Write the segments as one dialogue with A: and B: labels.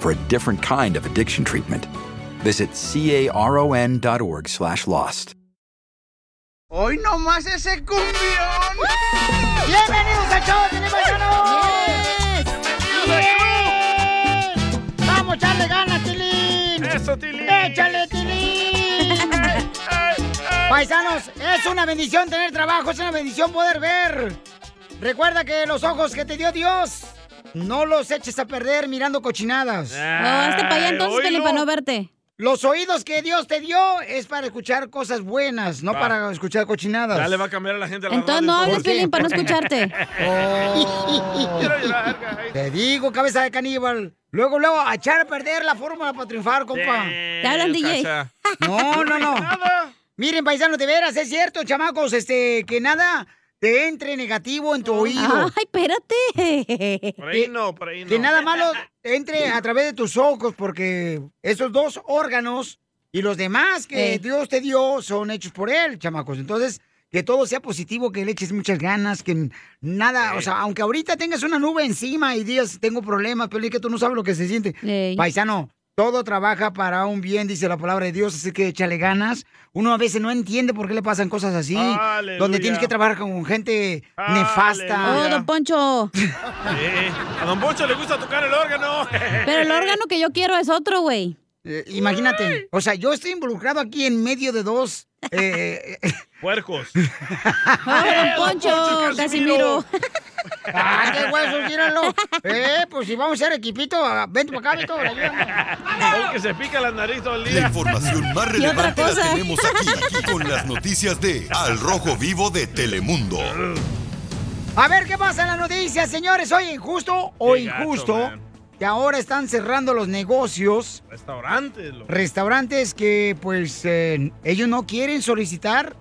A: for a different kind of addiction treatment. Visit caron.org slash lost.
B: Hoy nomás ese cumbión. Bienvenidos a Chau, tenemos Vamos a echarle ganas, Tilín.
C: Eso, Tilín.
B: Échale, Tilín. Paisanos, es una bendición tener trabajo, es una bendición poder ver. Recuerda que los ojos que te dio Dios, no los eches a perder mirando cochinadas.
C: Ah,
D: No, este pa' allá entonces, Ay, Pelín, para no verte.
B: Los oídos que Dios te dio es para escuchar cosas buenas, no
C: Va.
B: para escuchar cochinadas.
C: Ya le va a cambiar a la gente la
B: Entonces
C: radio,
B: no hables,
C: ¿por qué?
B: Piolín, para no escucharte.
C: Quiero llorar,
B: Oh. Te digo, cabeza de caníbal. Luego, luego, a echar a perder la fórmula para triunfar, compa.
C: Te hablan, DJ. Cacha. Pues
B: No, no, no. Miren, paisano, de veras, es cierto, chamacos, este, que nada te entre negativo en tu oído.
D: Ay, espérate.
C: Oh. Por ahí no, por ahí no.
B: Que nada malo entre a través de tus ojos, porque esos dos órganos y los demás que
D: Ey.
B: Dios te dio son hechos por Él, chamacos. Entonces, que todo sea positivo, que le eches muchas ganas, que nada, o sea, aunque ahorita tengas una nube encima y digas, tengo problemas, pero es que tú no sabes lo que se siente. Paisano, todo trabaja para un bien, dice la palabra de Dios, así que échale ganas. Uno a veces no entiende por qué le pasan cosas así,
C: Aleluya.
B: donde tienes que trabajar con gente nefasta.
D: Oh, don Poncho.
C: Eh, a Don Poncho le gusta tocar el órgano.
D: Pero el órgano que yo quiero es otro, güey.
B: Eh, Imagínate, o sea, yo estoy involucrado aquí en medio de dos. eh, eh,
C: Puercos.
D: ¡Ah, don Poncho,
B: Poncho Casimiro!
D: Casimiro!
B: ¡Ah, qué huesos, míralo! Eh, pues si vamos a ser equipito, ah, vente para acá, Víctor, ayúdame.
C: El que se pica la nariz todo el
E: La
C: día.
E: información más
B: Y otra
E: relevante la
B: cosa.
E: tenemos aquí, aquí con las noticias de Al Rojo Vivo de Telemundo.
B: A ver qué pasa en las noticias, señores. Hoy injusto o
E: Qué gacho,
B: injusto
E: man.
B: que ahora están cerrando los negocios,
C: Restaurantes, loco.
B: restaurantes que pues eh, ellos no quieren solicitar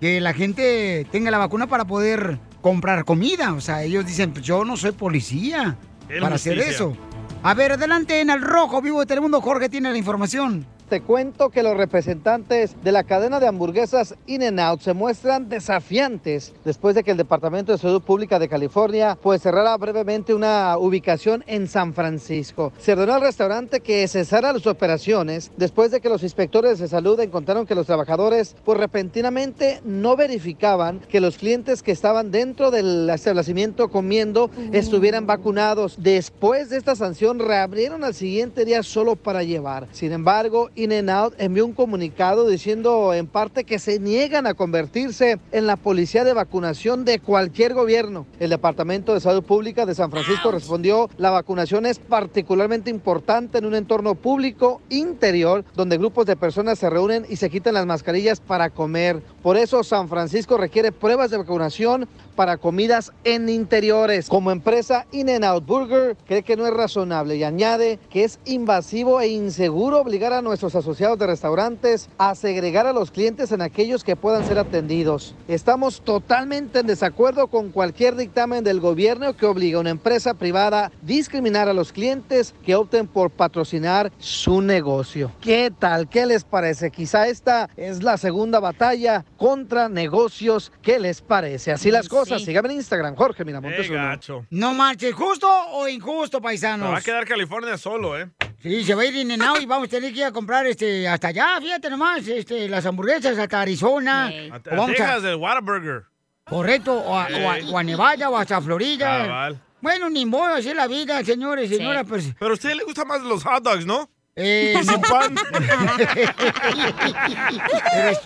B: que la gente tenga la vacuna para poder comprar comida. O sea, ellos dicen, pues, yo no soy policía
F: Él
B: para hacer
F: justicia.
B: eso. A ver, adelante en el rojo vivo de Telemundo, Jorge tiene la información.
F: Te cuento que los representantes de la cadena de hamburguesas In-N-Out se muestran desafiantes después de que el Departamento de Salud Pública de California pues cerrara brevemente una ubicación en San Francisco. Se ordenó al restaurante que cesara sus operaciones después de que los inspectores de salud encontraron que los trabajadores pues repentinamente no verificaban que los clientes que estaban dentro del establecimiento comiendo estuvieran vacunados. Después de esta sanción reabrieron al siguiente día solo para llevar. Sin embargo, In-N-Out envió un comunicado diciendo en parte que se niegan a convertirse en la policía de vacunación de cualquier gobierno. El Departamento de Salud Pública de San Francisco respondió, la vacunación es particularmente importante en un entorno público interior donde grupos de personas se reúnen y se quitan las mascarillas para comer. Por eso San Francisco requiere pruebas de vacunación para comidas en interiores. Como empresa In-N-Out Burger cree que no es razonable y añade que es invasivo e inseguro obligar a nuestros asociados de restaurantes a segregar a los clientes en aquellos que puedan ser atendidos. Estamos totalmente en desacuerdo con cualquier dictamen del gobierno que obliga a una empresa privada a discriminar a los clientes que opten por patrocinar su negocio. ¿Qué tal? ¿Qué les parece? Quizá esta es la segunda batalla contra negocios. ¿Qué les parece? Así las
B: Sí.
F: cosas. Síganme en Instagram, Jorge Miramontes. uno.
B: No marches, justo o injusto,
C: Eh, Se
B: paisanos.
C: va a quedar California solo, ¿eh?
B: Sí, se va a ir in y vamos a tener que ir a comprar este hasta allá, fíjate nomás, este, las hamburguesas hasta Arizona.
C: A, a
B: Ah, O vamos a-
C: Texas, del Whataburger.
B: Correcto, o a, o a-
C: Sí.
B: o a Nevada o hasta Florida.
C: Cabal.
B: Bueno, ni modo, así es la vida, señores, señoras. Pero
C: a usted le gusta más los hot dogs, ¿no?
B: Eh,
C: Y sin pan.
B: Eres-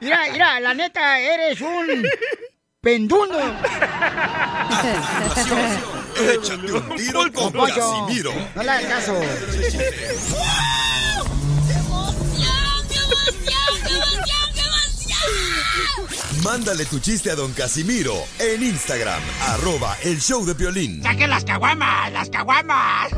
B: Mira, mira, la neta, eres un pendundo.
E: Échate un tiro con Casimiro.
B: No le hagas caso.
E: Mándale tu chiste a don Casimiro en Instagram, arroba el show de violín.
G: ¡Saquen las caguamas! ¡Las caguamas!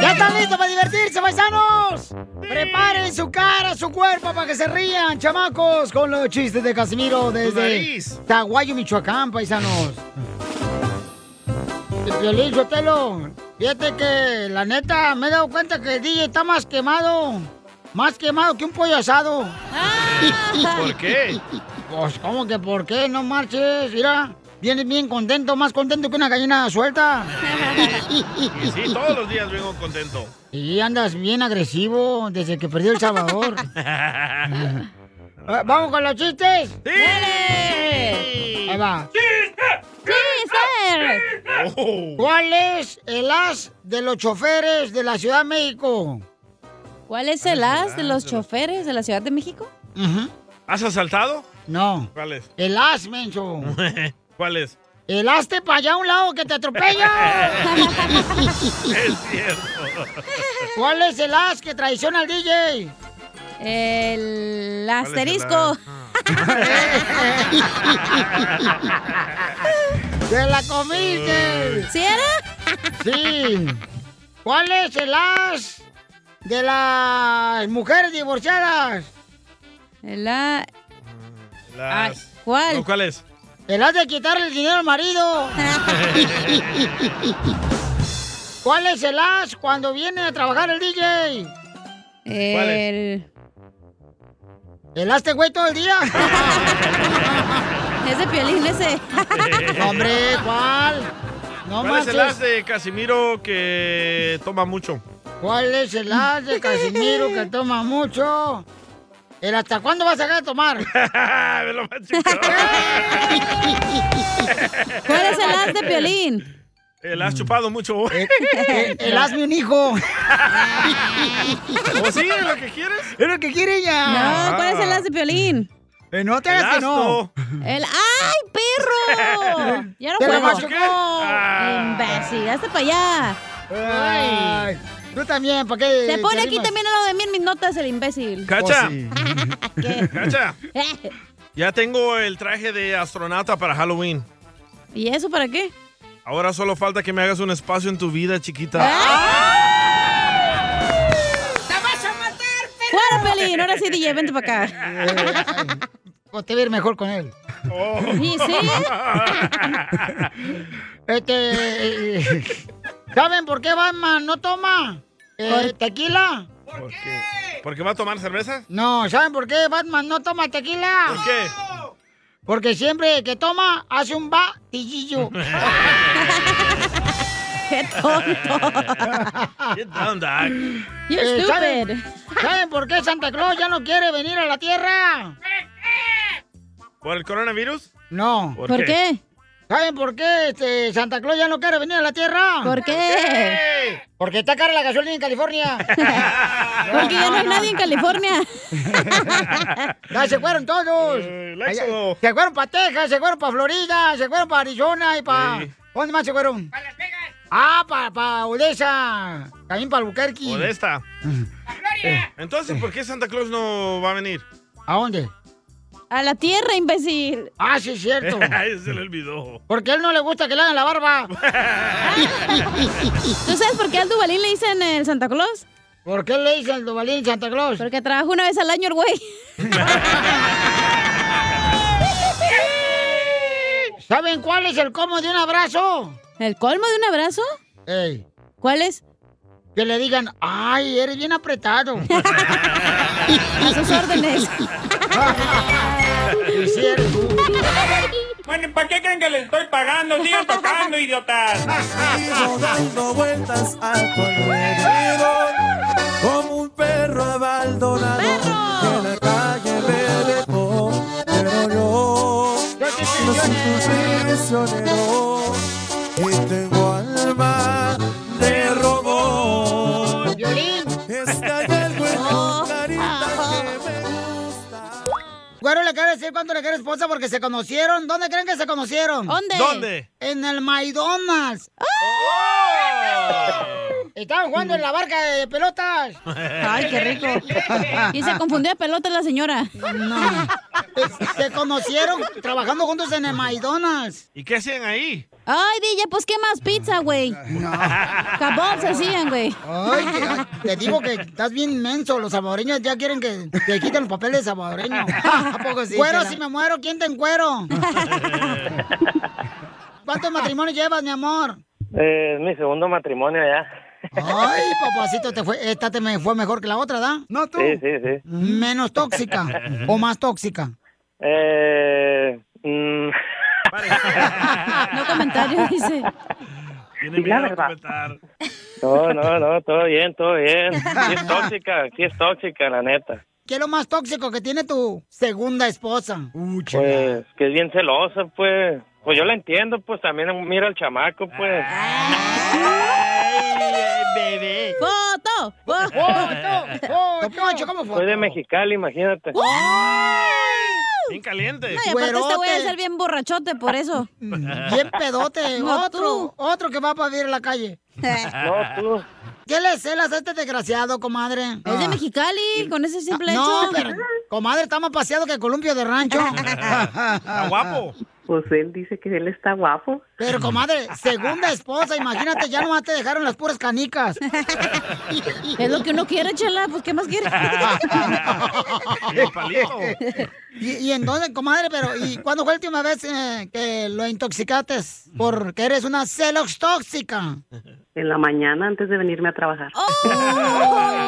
B: ¿Ya están listos para divertirse, paisanos? Preparen su cara, su cuerpo para que se rían, chamacos, con los chistes de Casimiro desde
C: nariz.
B: Taguayo, Michoacán, paisanos. Violín Sotelo, fíjate que la neta me he dado cuenta que el DJ está más quemado. Más quemado que un pollo asado.
C: Ah. ¿Por qué?
B: Pues, ¿cómo que por qué? No marches, mira. Vienes bien contento, más contento que una gallina suelta.
C: Y sí, todos los días vengo contento.
B: Y andas bien agresivo desde que perdió El Salvador. Ah, ¿Vamos con los chistes? Ahí va. ¡Chiste! Oh. ¿Cuál es el as de los choferes de la Ciudad de México?
D: ¿Cuál es el as de los choferes de la Ciudad de México?
B: Ujú.
C: ¿Has asaltado?
B: No.
C: ¿Cuál es?
B: El as, menso.
C: ¿Cuál es?
B: El as te para allá a un lado que te atropella.
C: Es cierto.
B: ¿Cuál es el as que traiciona al DJ?
D: El
C: es el
D: asterisco.
C: as?
B: ¡Te la comiste!
D: ¿Sí era?
B: Sí. ¿Cuál es el as de las mujeres divorciadas?
D: El a...
C: Las-
D: Ay, ¿cuál?
C: No, ¿Cuál es?
B: El has de quitarle el dinero al marido. ¿Cuál es el as cuando viene a trabajar el DJ?
D: El...
B: ¿El as te güey todo el día?
D: Es de Piolín ese.
B: No, Hombre, ¿cuál? No
C: ¿Cuál es el as
B: manches.
C: de Casimiro que toma mucho?
B: ¿Cuál es el as de Casimiro que toma mucho? ¿El hasta cuándo vas a dejar de tomar?
C: Ah, Me lo machucó.
D: ¿Cuál es el as de Piolín?
C: El has chupado mucho. ¿O
B: El, Eh, el hazme un hijo.
C: sí? ¿Lo que quieres?
B: Es lo que quiere ella.
D: No, ¿cuál es el as de Piolín?
B: Eh, No, te
C: El
B: hagas que no.
C: asno.
D: El... ¡Ay, perro! Ya no
B: Te la
D: puedo.
B: machuqué. Ah.
D: Imbécil, hazte para allá.
B: Ay, Tú también, ¿para qué?
D: Se pone
B: te
D: aquí
B: arrimas?
D: también a lo de mí en mis notas el imbécil. Eh,
C: Cacha,
B: Oh, sí.
D: ¿Qué?
C: cacha. Ya tengo el traje de astronauta para Halloween.
D: ¿Y eso para qué?
C: Ahora solo falta que me hagas un espacio en tu vida,
D: ¿Eh?
C: chiquita. Ah,
D: ¡Fuera, Piolín! Ahora sí, DJ, vente para acá.
B: Pues te va a ir mejor con él.
C: Oh.
D: ¿Y sí?
B: Este. eh, ¿Saben por qué Batman no toma eh, tequila?
C: ¿Por qué? ¿Porque va a tomar cerveza?
B: No, ¿saben por qué Batman no toma tequila?
C: ¿Por qué?
B: Porque siempre que toma, hace un batillillo.
D: ¡Qué tonto!
C: Get down, Doc.
D: You're
B: Eh,
D: stupid.
B: ¿saben, ¿Saben por qué Santa Claus ya no quiere venir a la Tierra?
C: ¿Por el coronavirus?
B: No.
D: ¿Por qué?
B: ¿Saben por qué este, Santa Claus ya no quiere venir a la Tierra?
D: ¿Por qué?
B: Porque está cara la gasolina en California.
D: Porque ya no hay nadie en California.
B: Ya se fueron todos.
C: Eh, el éxodo.
B: Allá- Se fueron para Texas, se fueron para Florida, se fueron para Arizona y para.
C: Sí.
B: ¿Dónde más se fueron? Para Las Vegas. Ah, para pa Odessa. También para Albuquerque.
C: ¿O de esta? Entonces, ¿por qué Santa Claus no va a venir?
B: Eh. ¿A dónde?
D: A la tierra, imbécil.
B: Ah, sí, es cierto.
C: Ay, se le olvidó.
B: Porque a él no le gusta que le hagan la barba.
D: ¿Tú sabes por qué al Dubalín le dicen el Santa Claus?
B: ¿Por qué le dicen el Dubalín Santa Claus?
D: Porque trabaja una vez al año el güey.
B: ¿Saben cuál es el cómo de un abrazo?
D: ¿El colmo de un abrazo?
B: Ey,
D: ¿Cuál es?
B: que le digan, ay, eres bien apretado.
D: A sus órdenes.
B: Y sí eres tú.
G: Bueno, ¿para qué creen que les estoy pagando? Sigan tocando, idiotas.
H: dando vueltas al colorido como un perro abandonado
D: ¡Perro!
H: que la calle me dejó pero yo no soy tu prisionero y tengo alma de robot
D: Oh.
B: cuero le quiere decir cuánto le quiere esposa porque se conocieron. ¿Dónde creen que se conocieron?
D: ¿Dónde? ¿Dónde?
B: En el McDonald's. Estaban jugando en la barca de pelotas.
D: Ay, qué rico. Y se confundió de pelota la señora.
B: No. Se conocieron trabajando juntos en el McDonald's.
C: ¿Y qué hacían ahí?
D: Ay, DJ, pues qué más pizza, güey. No. Cabón se hacían, güey.
B: Ay, que- te digo que estás bien menso. Los salvadoreños ya quieren que te quiten los papeles de salvadoreño. ¿A poco sí? Cuero,
I: Chela?
B: si me muero, ¿quién te encuero? ¿Cuántos matrimonios llevas, mi amor?
J: Eh, es mi segundo matrimonio ya.
B: Ay, papacito, te fue, esta te me fue mejor que la otra, ¿da? No, tú.
J: Sí, sí, sí.
B: Menos tóxica o más tóxica.
J: Eh, mm,
D: No comentario, dice.
C: Tiene
J: miedo
C: a comentar.
J: no, no, no, todo bien, todo bien. Sí es tóxica, sí es tóxica, la neta.
B: ¿Qué es lo más tóxico que tiene tu segunda esposa?
J: Pues que es bien celosa, pues. Pues yo la entiendo, pues también mira al chamaco, pues.
B: bebé.
D: ¡Foto! ¡Foto!
B: ¡Foto! Poncho, ¿cómo
J: Soy de Mexicali, imagínate.
B: ¡Oh!
C: Bien caliente.
D: No, y aparte este güey a ser bien borrachote por eso.
B: Bien pedote.
D: No,
B: otro, otro que va a vivir en la calle.
J: No, tú.
B: ¿Qué le celas a este desgraciado, comadre? Ah.
D: Es de Mexicali, con ese simple
B: No,
D: hecho.
B: pero, comadre, está más paseado que columpio de rancho.
I: Está guapo.
K: Pues él dice que él está guapo.
B: Pero, comadre, segunda esposa, imagínate, ya nomás te dejaron las puras canicas.
D: Es lo que uno quiere, chela, pues ¿qué más quiere?
B: ¿Y, y en dónde, comadre? Pero, ¿y cuándo fue la última vez eh, que lo intoxicaste? Porque eres una celox tóxica.
K: En la mañana antes de venirme a trabajar.
B: Oh,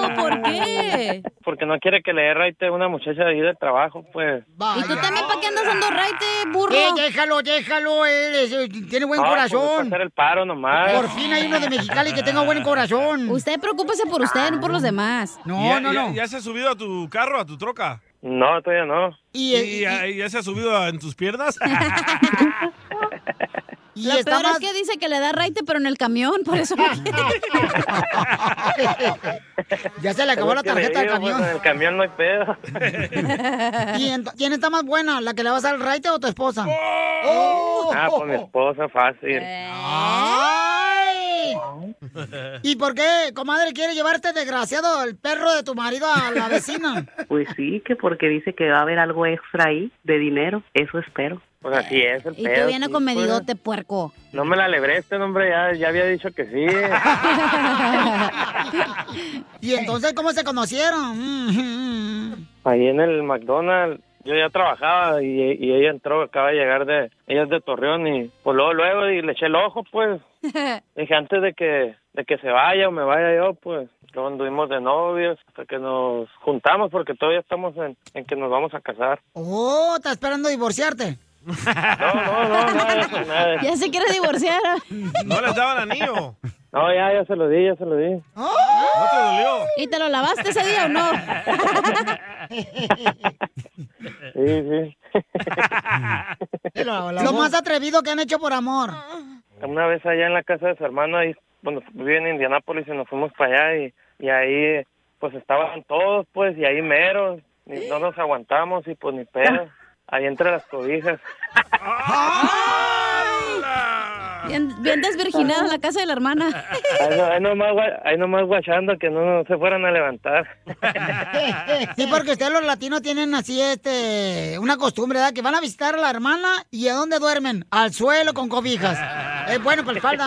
D: Oh, ¿Por qué?
J: Porque no quiere que le dé raite a una muchacha de ahí de trabajo, pues.
D: ¿Y tú también para qué andas dando raite, burro?
B: Eh, déjalo, déjalo, él es- eh, tiene buen
J: No, pues, es para
B: corazón.
J: hacer el paro nomás.
B: Por fin hay uno de Mexicali que tenga buen corazón.
D: Usted preocúpese por usted, no por los demás.
C: ¿Ya, ya- ¿Ya se ha subido a tu carro, a tu troca?
J: No, todavía no.
C: ¿Y, ya, ya se ha subido a- en tus piernas?
D: Lo
B: está
D: peor
B: más-
D: es que dice que le da raite, pero en el camión, por eso.
B: Ya se le acabó
J: Es
B: la
J: lo que le
B: tarjeta del
J: digo, pues,
B: camión.
J: en el camión no hay pedo.
B: ¿Y ento- quién está más buena, la que le vas al raite o tu esposa? ¡Oh!
J: Ah, pues mi esposa, fácil.
B: ¡Ay! ¿Y por qué, comadre, quiere llevarte desgraciado el perro de tu marido a la vecina?
K: Pues sí, que porque dice que va a haber algo extra ahí de dinero. Eso espero.
J: Pues así es el
D: Y
J: pedo.
D: tú vienes
J: sí,
D: con
J: pues.
D: medidote, puerco.
J: No me la alegré este hombre, ya, ya había dicho que sí.
B: ¿Y entonces cómo se conocieron? Mm, mm, mm.
J: Ahí en el McDonald's, yo ya trabajaba y, y ella entró, acaba de llegar de, ella es de Torreón y pues luego, luego y le eché el ojo, pues. Dije, antes de que, de que se vaya o me vaya yo, pues. Luego anduvimos de novios hasta que nos juntamos porque todavía estamos en, en que nos vamos a casar.
B: Oh, está esperando divorciarte.
J: No, no, no, nada de eso, nada de eso.
D: Ya se quiere divorciar.
C: ¿No les daban anillo?
J: No, ya, ya se lo di, ya se lo di.
B: ¡Oh!
C: ¿No te dolió?
D: ¿Y te lo lavaste ese día o no?
J: Sí, sí.
B: Lo más atrevido que han hecho por amor.
J: Una vez allá en la casa de su hermano, ahí, bueno, vive en Indianápolis y nos fuimos para allá y, y ahí, pues estaban todos, pues, y ahí mero, ni- no nos aguantamos y pues ni pedo, ahí entre las cobijas.
D: Bien, bien desvirginada en la casa de la hermana.
J: Ahí, no- ahí nomás, gua- ahí nomás guachando que no se fueran a levantar.
B: Sí, porque ustedes los latinos tienen así este una costumbre, ¿verdad? Que van a visitar a la hermana y ¿a dónde duermen? Al suelo con cobijas. Es bueno para la espalda.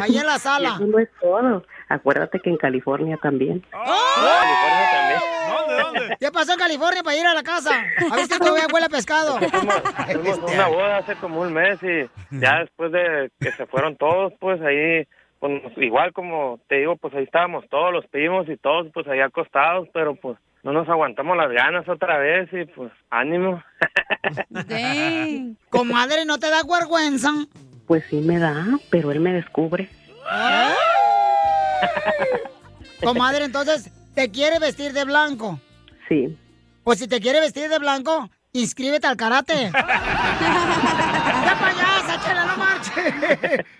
B: Ahí en la sala.
K: Eso no es todo. Acuérdate que en California también.
C: ¿Dónde, dónde?
B: ¿Qué pasó en California para ir a la casa? A ver si todavía huele a pescado.
J: Fuimos a una boda hace como un mes y ya después de que se fueron todos, pues ahí, pues, igual como te digo, pues ahí estábamos todos los primos y todos, pues ahí acostados, pero pues no nos aguantamos las ganas otra vez y pues ánimo.
B: Comadre, ¿no te da vergüenza?
K: Pues sí me da, pero él me descubre.
B: Comadre, entonces, ¿te quiere vestir de blanco?
K: Sí.
B: Pues si te quiere vestir de blanco, inscríbete al karate. ¡Qué payasa, chela, no marches!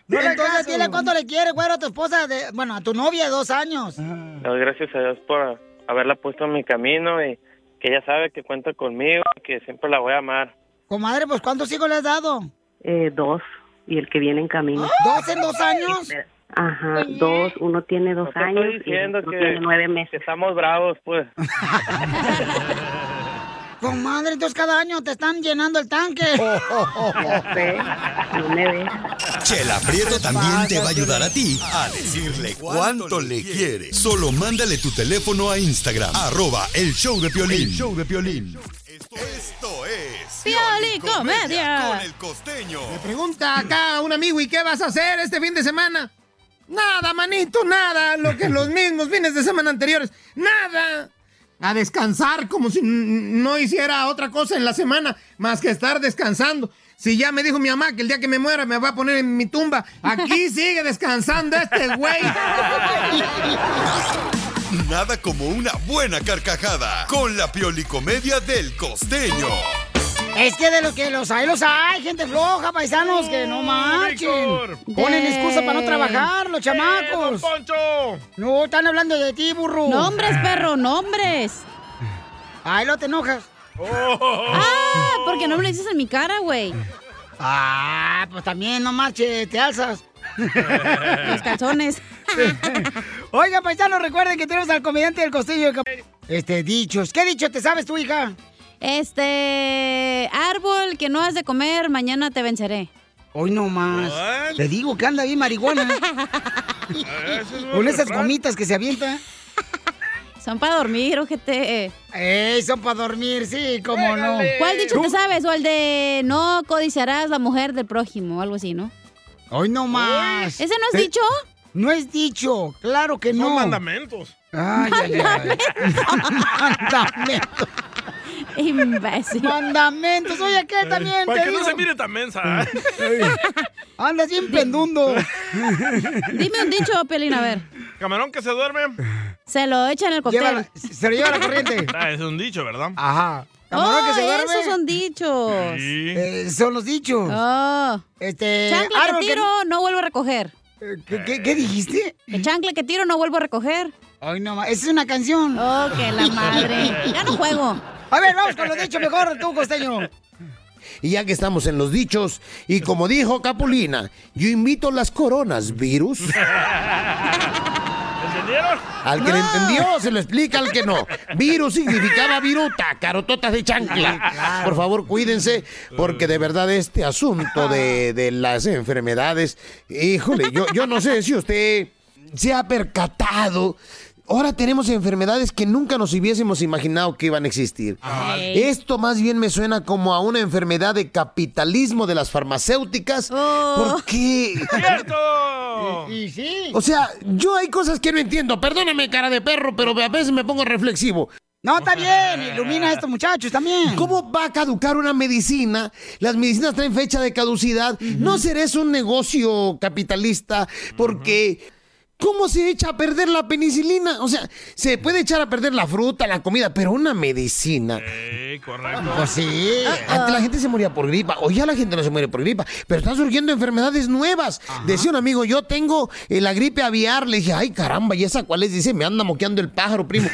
I: No le
B: Entonces,
I: caso.
B: dile cuánto le quiere, güero, a tu esposa, de, bueno, a tu novia de dos años.
J: Le doy gracias a Dios por haberla puesto en mi camino y
L: que ella sabe que cuenta conmigo, que siempre la voy a amar.
B: Comadre, pues ¿cuántos hijos le has dado? ¡Oh!
K: Eh, dos, y el que viene en camino.
B: ¿Dos en dos años?
K: Ajá, dos, uno tiene dos
L: No te estoy
K: años y el
L: diciendo
K: otro
L: que-
K: tiene nueve meses.
L: Que estamos bravos, pues.
B: Comadre, entonces cada año te están llenando el tanque.
E: Chela Prieto también te va a ayudar a ti a decirle cuánto le quiere. Solo mándale tu teléfono a Instagram, arroba el show de Piolín.
M: El
E: show de Piolín.
M: Esto es.
E: Pioli
M: Comedia.
E: Con el costeño.
M: Le pregunta acá a un amigo, ¿y qué vas a hacer este fin de semana? Nada, manito, nada. Lo que los mismos fines de semana anteriores. Nada. A descansar como si n- no hiciera otra cosa en la semana más que estar descansando. Si ya me dijo mi mamá que el día que me muera me va a poner en mi tumba. Aquí sigue descansando este güey.
E: Nada como una buena carcajada con la Pioli Comedia del costeño.
B: Es que de los que los hay, los hay, gente floja, paisanos, que no marchen. Ponen excusa para no trabajar,
D: Eh,
B: los chamacos. No, están hablando de ti, burro.
D: Nombres, perro, nombres.
B: Ay, no te enojas. Oh.
D: Ah, porque no me lo dices en mi cara, güey.
B: Ah, pues también no marche, te alzas.
D: Los calzones.
B: Oiga, paisanos, recuerden que tenemos al comediante del costeño. de Cap- Este, dichos. ¿Qué dicho te sabes tú, hija?
D: Este árbol que no has de comer, mañana te venceré.
B: Hoy no más. Te digo que anda bien marihuana. Con esas gomitas que se avienta.
D: Son para dormir, ojete.
B: Ey, son para dormir, sí, cómo no.
D: ¿Cuál dicho
B: Tú-
D: te sabes? O el de no codiciarás la mujer del prójimo, o algo así, ¿no?
B: Hoy no más.
D: ¿Ese no es
B: Te-
D: dicho?
B: No es dicho, claro que no.
C: mandamentos.
B: Ay, ay, ay. Mandamentos.
D: Imbécil.
B: Mandamentos. Oye, aquel también.
C: Para
B: te
C: que no
B: digo.
C: se mire tan mensa.
B: Andas bien pendundo. Eh,
C: ¿eh?
D: Dime un dicho, Pelín, a ver.
C: Camarón que se duerme.
D: Se lo echan en el cóctel.
B: se lo lleva la corriente.
C: Ah, es un dicho, ¿verdad?
B: Ajá.
D: Camarón que se duerme. Oh, esos son dichos.
B: Eh, son los dichos.
D: Oh.
B: Este,
D: chancla
B: árbol
D: que
B: que-
D: tiro, no vuelvo a recoger.
B: ¿Qué, qué- qué dijiste?
D: Que chancla que tiro, no vuelvo a recoger.
B: Ay, no más. Esa es una canción.
D: Oh, que la madre. Ya no juego.
B: A ver, vamos con los dichos mejor, tú, costeño.
M: Y ya que estamos en los dichos, y como dijo Capulina, yo invito las coronas, virus.
C: ¿Entendieron?
M: Al que le entendió, se lo explica al que no. Virus significaba viruta, carototas de chancla. Por favor, cuídense, porque de verdad este asunto de, de las enfermedades, híjole, yo, yo no sé si usted se ha percatado. Ahora tenemos enfermedades que nunca nos hubiésemos imaginado que iban a existir.
H: Ey.
M: Esto más bien me suena como a una enfermedad de capitalismo de las farmacéuticas. Porque
C: ¡Cierto!
B: Y, sí.
M: o sea, yo hay cosas que no entiendo. Perdóname, cara de perro, pero a veces me pongo reflexivo.
B: No, está bien. Ilumina a este estos muchachos también.
M: ¿Cómo va a caducar una medicina? Las medicinas traen fecha de caducidad. No serás un negocio capitalista porque... ¿Cómo se echa a perder la penicilina? O sea, se puede echar a perder la fruta, la comida, pero una medicina.
C: Sí, correcto.
M: Pues sí. Antes la gente se moría por gripa. Hoy ya la gente no se muere por gripa. Pero están surgiendo enfermedades nuevas. Decía un amigo, yo tengo eh, la gripe aviar. Le dije, ay, caramba, ¿y esa cuál es? Dice, me anda moqueando el pájaro, primo.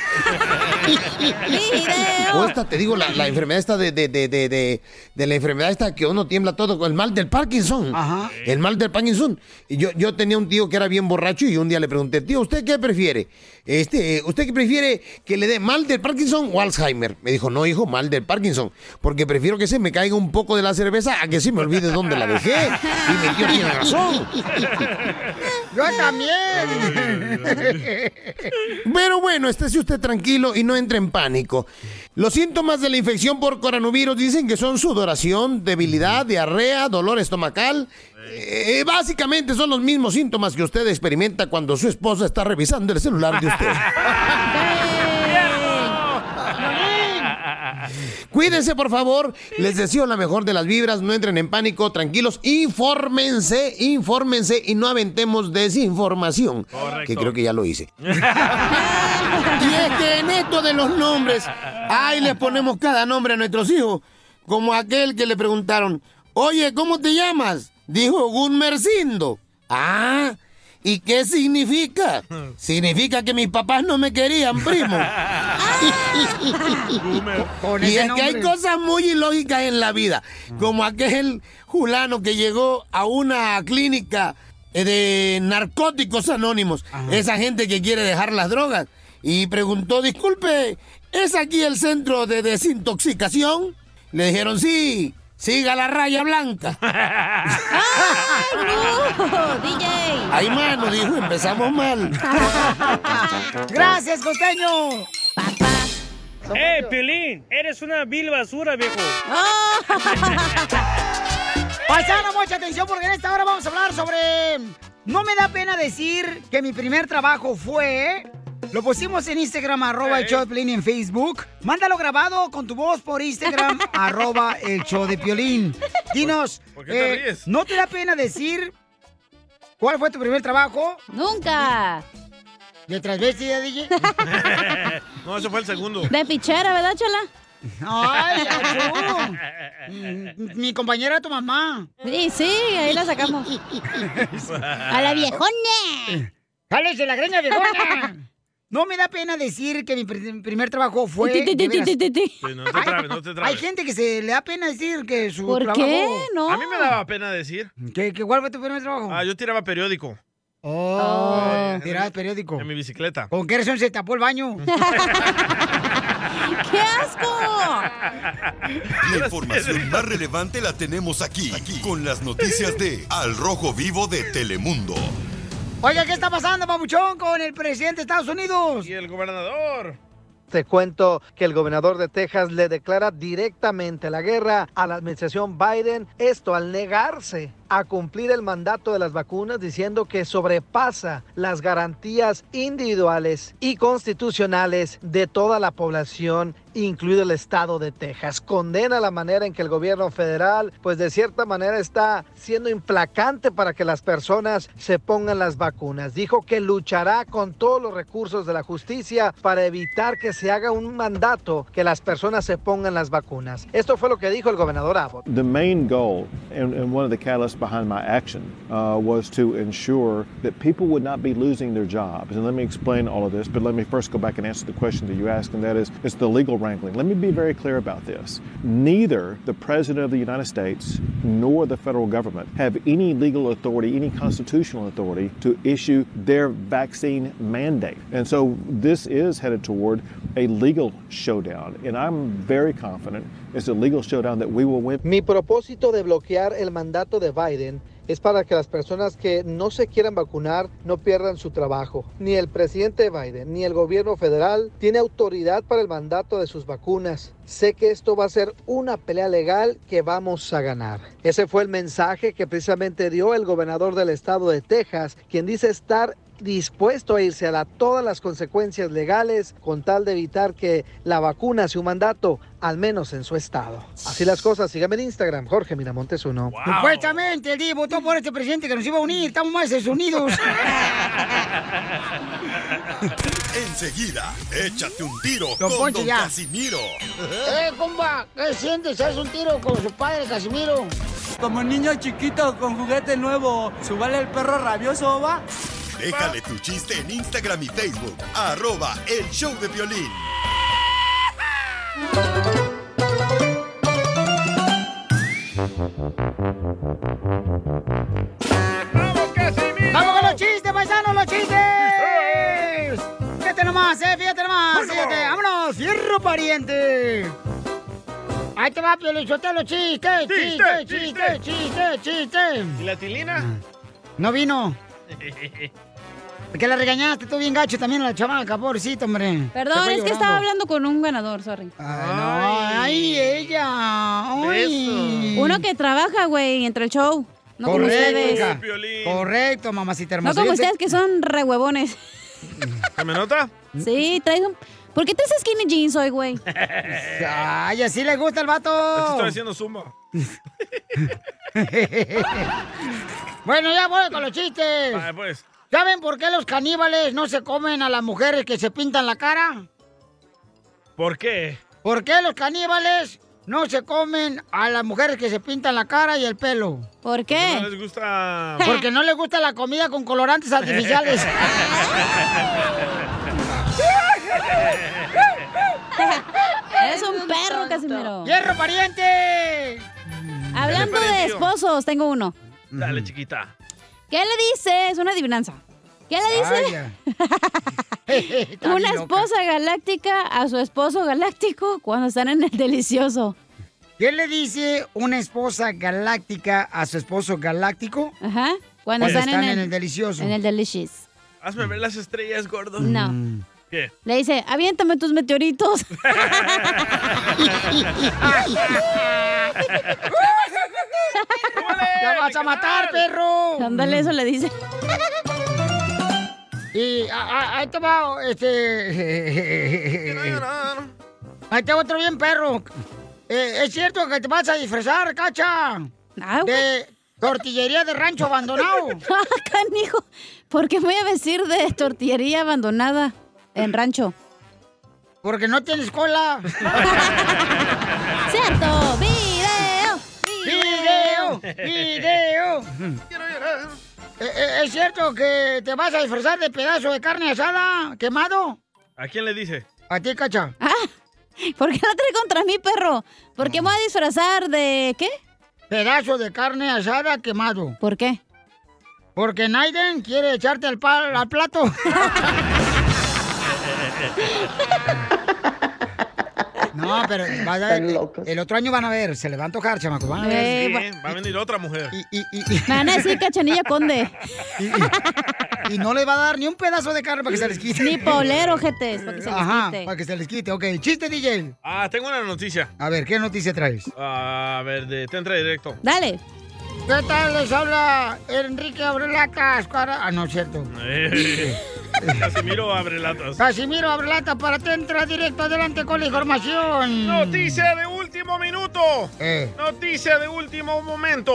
M: O esta, te digo, la, la enfermedad esta de, de, de, de, de- de la enfermedad esta que uno tiembla todo, con el mal del Parkinson. El mal del Parkinson. Y Yo, yo tenía un tío que era bien borracho y un día le pregunté, tío, ¿usted qué prefiere? Este, ¿Usted qué prefiere que le dé mal del Parkinson o Alzheimer? Me dijo, no, hijo, mal del Parkinson, porque prefiero que se me caiga un poco de la cerveza a que se me olvide dónde la dejé. Y mi tío tiene razón.
B: Yo también.
M: Pero bueno, estése usted tranquilo y no entre en pánico. Los síntomas de la infección por coronavirus dicen que son sudoración, debilidad, diarrea, dolor estomacal. Eh, básicamente son los mismos síntomas que usted experimenta cuando su esposa está revisando el celular de usted. Cuídense, por favor. Les deseo la mejor de las vibras. No entren en pánico, tranquilos. Infórmense, infórmense y no aventemos desinformación. Que creo que ya lo hice. Y es que en esto de los nombres,
L: ah,
M: ahí le ponemos cada nombre a nuestros hijos. Como aquel que le preguntaron, oye, ¿cómo te llamas? Dijo Gunmercindo. Ah, ¿y qué significa? Significa que mis papás no me querían, primo.
D: Ah.
B: Con
M: y
B: ese
M: es que hay
B: nombre. Mm.
M: cosas muy ilógicas en la vida, como aquel fulano que llegó a una clínica eh, de narcóticos anónimos, esa gente que quiere dejar las drogas, y preguntó, disculpe, ¿es aquí el centro de desintoxicación? Le dijeron, sí, siga la raya blanca.
D: DJ.
M: Ay, mano, dijo, empezamos mal.
B: Gracias, costeño.
N: ¡Eh, Piolín! Eres una vil basura, viejo.
B: Paisano, mucha atención porque en esta hora vamos a hablar sobre... No me da pena decir que mi primer trabajo fue... Lo pusimos en Instagram, arroba el show de Piolín y en Facebook. Mándalo grabado con tu voz por Instagram, arroba el show de Piolín. Dinos, eh,
H: por qué te ríes?
B: ¿no te da pena decir cuál fue tu primer trabajo?
D: Nunca.
B: ¿De transvestida, DJ?
C: No, ese fue el segundo.
D: De pichera, ¿verdad, Chela?
B: Ay, achú. Mi compañera, tu mamá.
D: Sí, sí, ahí la sacamos.
B: A
D: la viejona.
B: Ah, eh, ¡Jálese la greña, viejona! No me da pena decir que mi pr- primer trabajo fue.
D: Ti, ti, ti,
B: de veras-
D: ti, ti, ti.
C: Sí, no te trabes, no te trabes.
B: Hay gente que se le da pena decir que su
D: ¿Por
B: trabajo.
D: qué? No.
C: A mí me daba pena decir.
B: ¿Qué, qué, ¿Cuál fue tu primer trabajo?
C: Ah, yo tiraba periódico.
B: Oh,
C: Eh,
B: tirabas periódico.
C: En mi bicicleta.
B: ¿Con qué razón se tapó el baño?
D: ¡Qué asco!
E: La información más relevante la tenemos aquí, aquí, con las noticias de Al Rojo Vivo de Telemundo.
B: Oiga, ¿qué está pasando, papuchón, con el presidente de Estados Unidos?
C: Y el gobernador.
F: Te cuento que el gobernador de Texas le declara directamente la guerra a la administración Biden, esto al negarse a cumplir el mandato de las vacunas, diciendo que sobrepasa las garantías individuales y constitucionales de toda la población, incluido el estado de Texas. Condena la manera en que el gobierno federal, pues de cierta manera está siendo implacante para que las personas se pongan las vacunas. Dijo que luchará con todos los recursos de la justicia para evitar que se haga un mandato que las personas se pongan las vacunas. Esto fue lo que dijo el gobernador Abbott.
O: The main goal, and, and one of the catalysts behind my action, uh, was to ensure that people would not be losing their jobs. And let me explain all of this, but let me first go back and answer the question that you asked, and that is it's the legal wrangling. Let me be very clear about this. Neither the President of the United States nor the federal government have any legal authority, any constitutional authority to issue their vaccine mandate. And so this is headed toward a legal showdown. And I'm very confident it's a legal showdown that we will win.
F: Mi propósito de bloquear el mandato de Biden es para que las personas que no se quieran vacunar no pierdan su trabajo. Ni el presidente Biden ni el gobierno federal tiene autoridad para el mandato de sus vacunas. Sé que esto va a ser una pelea legal que vamos a ganar. Ese fue el mensaje que precisamente dio el gobernador del estado de Texas, quien dice estar dispuesto a irse a la- todas las consecuencias legales con tal de evitar que la vacuna sea un mandato, al menos en su estado. Así las cosas, sígame en Instagram, Jorge Miramontes uno.
B: Supuestamente el día votó por este presidente que nos iba a unir. Estamos más desunidos.
E: Enseguida, échate un tiro
B: Don
E: con
B: Poncho,
E: Don
B: ya.
E: Casimiro.
B: ¡Eh, compa! ¿Qué sientes? ¿Haz un tiro con su padre, Casimiro?
P: Como niño chiquito con juguete nuevo, subale el perro rabioso, va.
E: Déjale tu chiste en Instagram y Facebook, arroba el show de violín.
B: ¡Vamos con los chistes, paisanos, los chistes! Fíjate nomás, eh, fíjate nomás, fíjate. ¡Vámonos, fierro pariente! Ahí te va, Piolín, suelta los chistes, chiste, chiste, chiste, chiste. Ah.
C: ¿Y la tilina?
B: No vino, porque la regañaste tú bien gacho también a la chamaca, pobrecito, hombre. Se
D: Perdón,
B: fue
D: es que
B: llorando. Ah.
D: estaba hablando con un ganador, sorry.
B: Ay, ella. Ay.
D: Uno que trabaja, güey, entre el show. No como
B: Correcto,
D: ustedes.
B: hija. Correcto, mamacita
D: No
B: hermosa.
D: como
B: Yo sé-
D: ustedes que son re huevones.
C: ¿Se me nota?
B: Mm.
D: Sí, traigo. ¿Por qué traes skinny jeans hoy, güey?
B: Ay, así le gusta el
C: Es que
B: vato.
D: Oh.
C: estoy haciendo zumba.
B: bueno, ya voy con los chistes.
C: Ah, pues.
B: ¿Saben por qué los caníbales no se comen a las mujeres que se pintan la cara?
C: ¿Por qué?
B: ¿Por qué los caníbales no se comen a las mujeres que se pintan la cara y el pelo?
D: ¿Por
C: No les gusta.
B: Porque no les gusta la comida con colorantes artificiales.
D: Casimiro.
B: ¡Hierro, pariente!
D: ¡Eh! Hablando
C: Dale,
D: de
C: pariente.
D: esposos, tengo uno.
C: Dale, chiquita.
D: ¿Qué le dice? Es una adivinanza. ¿Qué le dice una esposa galáctica a su esposo galáctico cuando están en el delicioso?
B: ¿Qué le dice una esposa galáctica a su esposo galáctico?
D: Ajá. Cuando
B: Cuando, están,
D: están en
B: en,
D: el-
B: el delicioso.
D: En el delicious.
C: Hazme ver las estrellas, gordo.
B: Mm.
D: No.
C: ¿Qué?
D: Le dice, aviéntame tus meteoritos.
B: ¡La vas a matar, perro!
D: Ándale, eso le dice.
B: Y a- a- ahí te va, este. Ahí te va otro bien, perro. Eh, es cierto que te vas a disfrazar, cacha. de tortillería de rancho abandonado.
D: Ah, canijo. ¿Por qué me voy a vestir de tortillería abandonada en rancho?
B: Porque no tienes cola.
D: ¡Cierto! ¡Video!
B: ¡Video! ¡Video! Eh, eh, ¿Es cierto que te vas a disfrazar de pedazo de carne asada quemado?
C: ¿A quién le dice?
B: ¿A ti, cacha?
D: Ah, ¿Por qué la trae contra mí, perro? ¿Por qué me voy a disfrazar de qué?
B: Pedazo de carne asada quemado.
D: ¿Por qué?
B: Porque Naiden quiere echarte al, pal- al plato. no, pero va a ver, el otro año van a ver, se les va a antojar, chamaco. Van a ver.
D: Eh,
C: Sí, va a venir otra mujer.
D: Me van a decir cachanilla conde.
B: Y no le va a dar ni un pedazo de carne para que se les quite.
D: Ni polero, jetes, para que se les
B: Ajá,
D: quite.
B: para que se les quite. Ok, chiste, DJ.
C: Ah, tengo una noticia.
B: A ver, ¿qué noticia traes?
C: A ver, de, te entra directo.
D: Dale.
B: ¿Qué tal? Les habla Enrique Abrelatas. Para... Ah, no, es cierto. Eh.
C: Casimiro abre latas.
B: Casimiro Abrelata para te entra directo adelante con la información.
C: Noticia de último minuto.
B: Eh.
C: Noticia de último momento.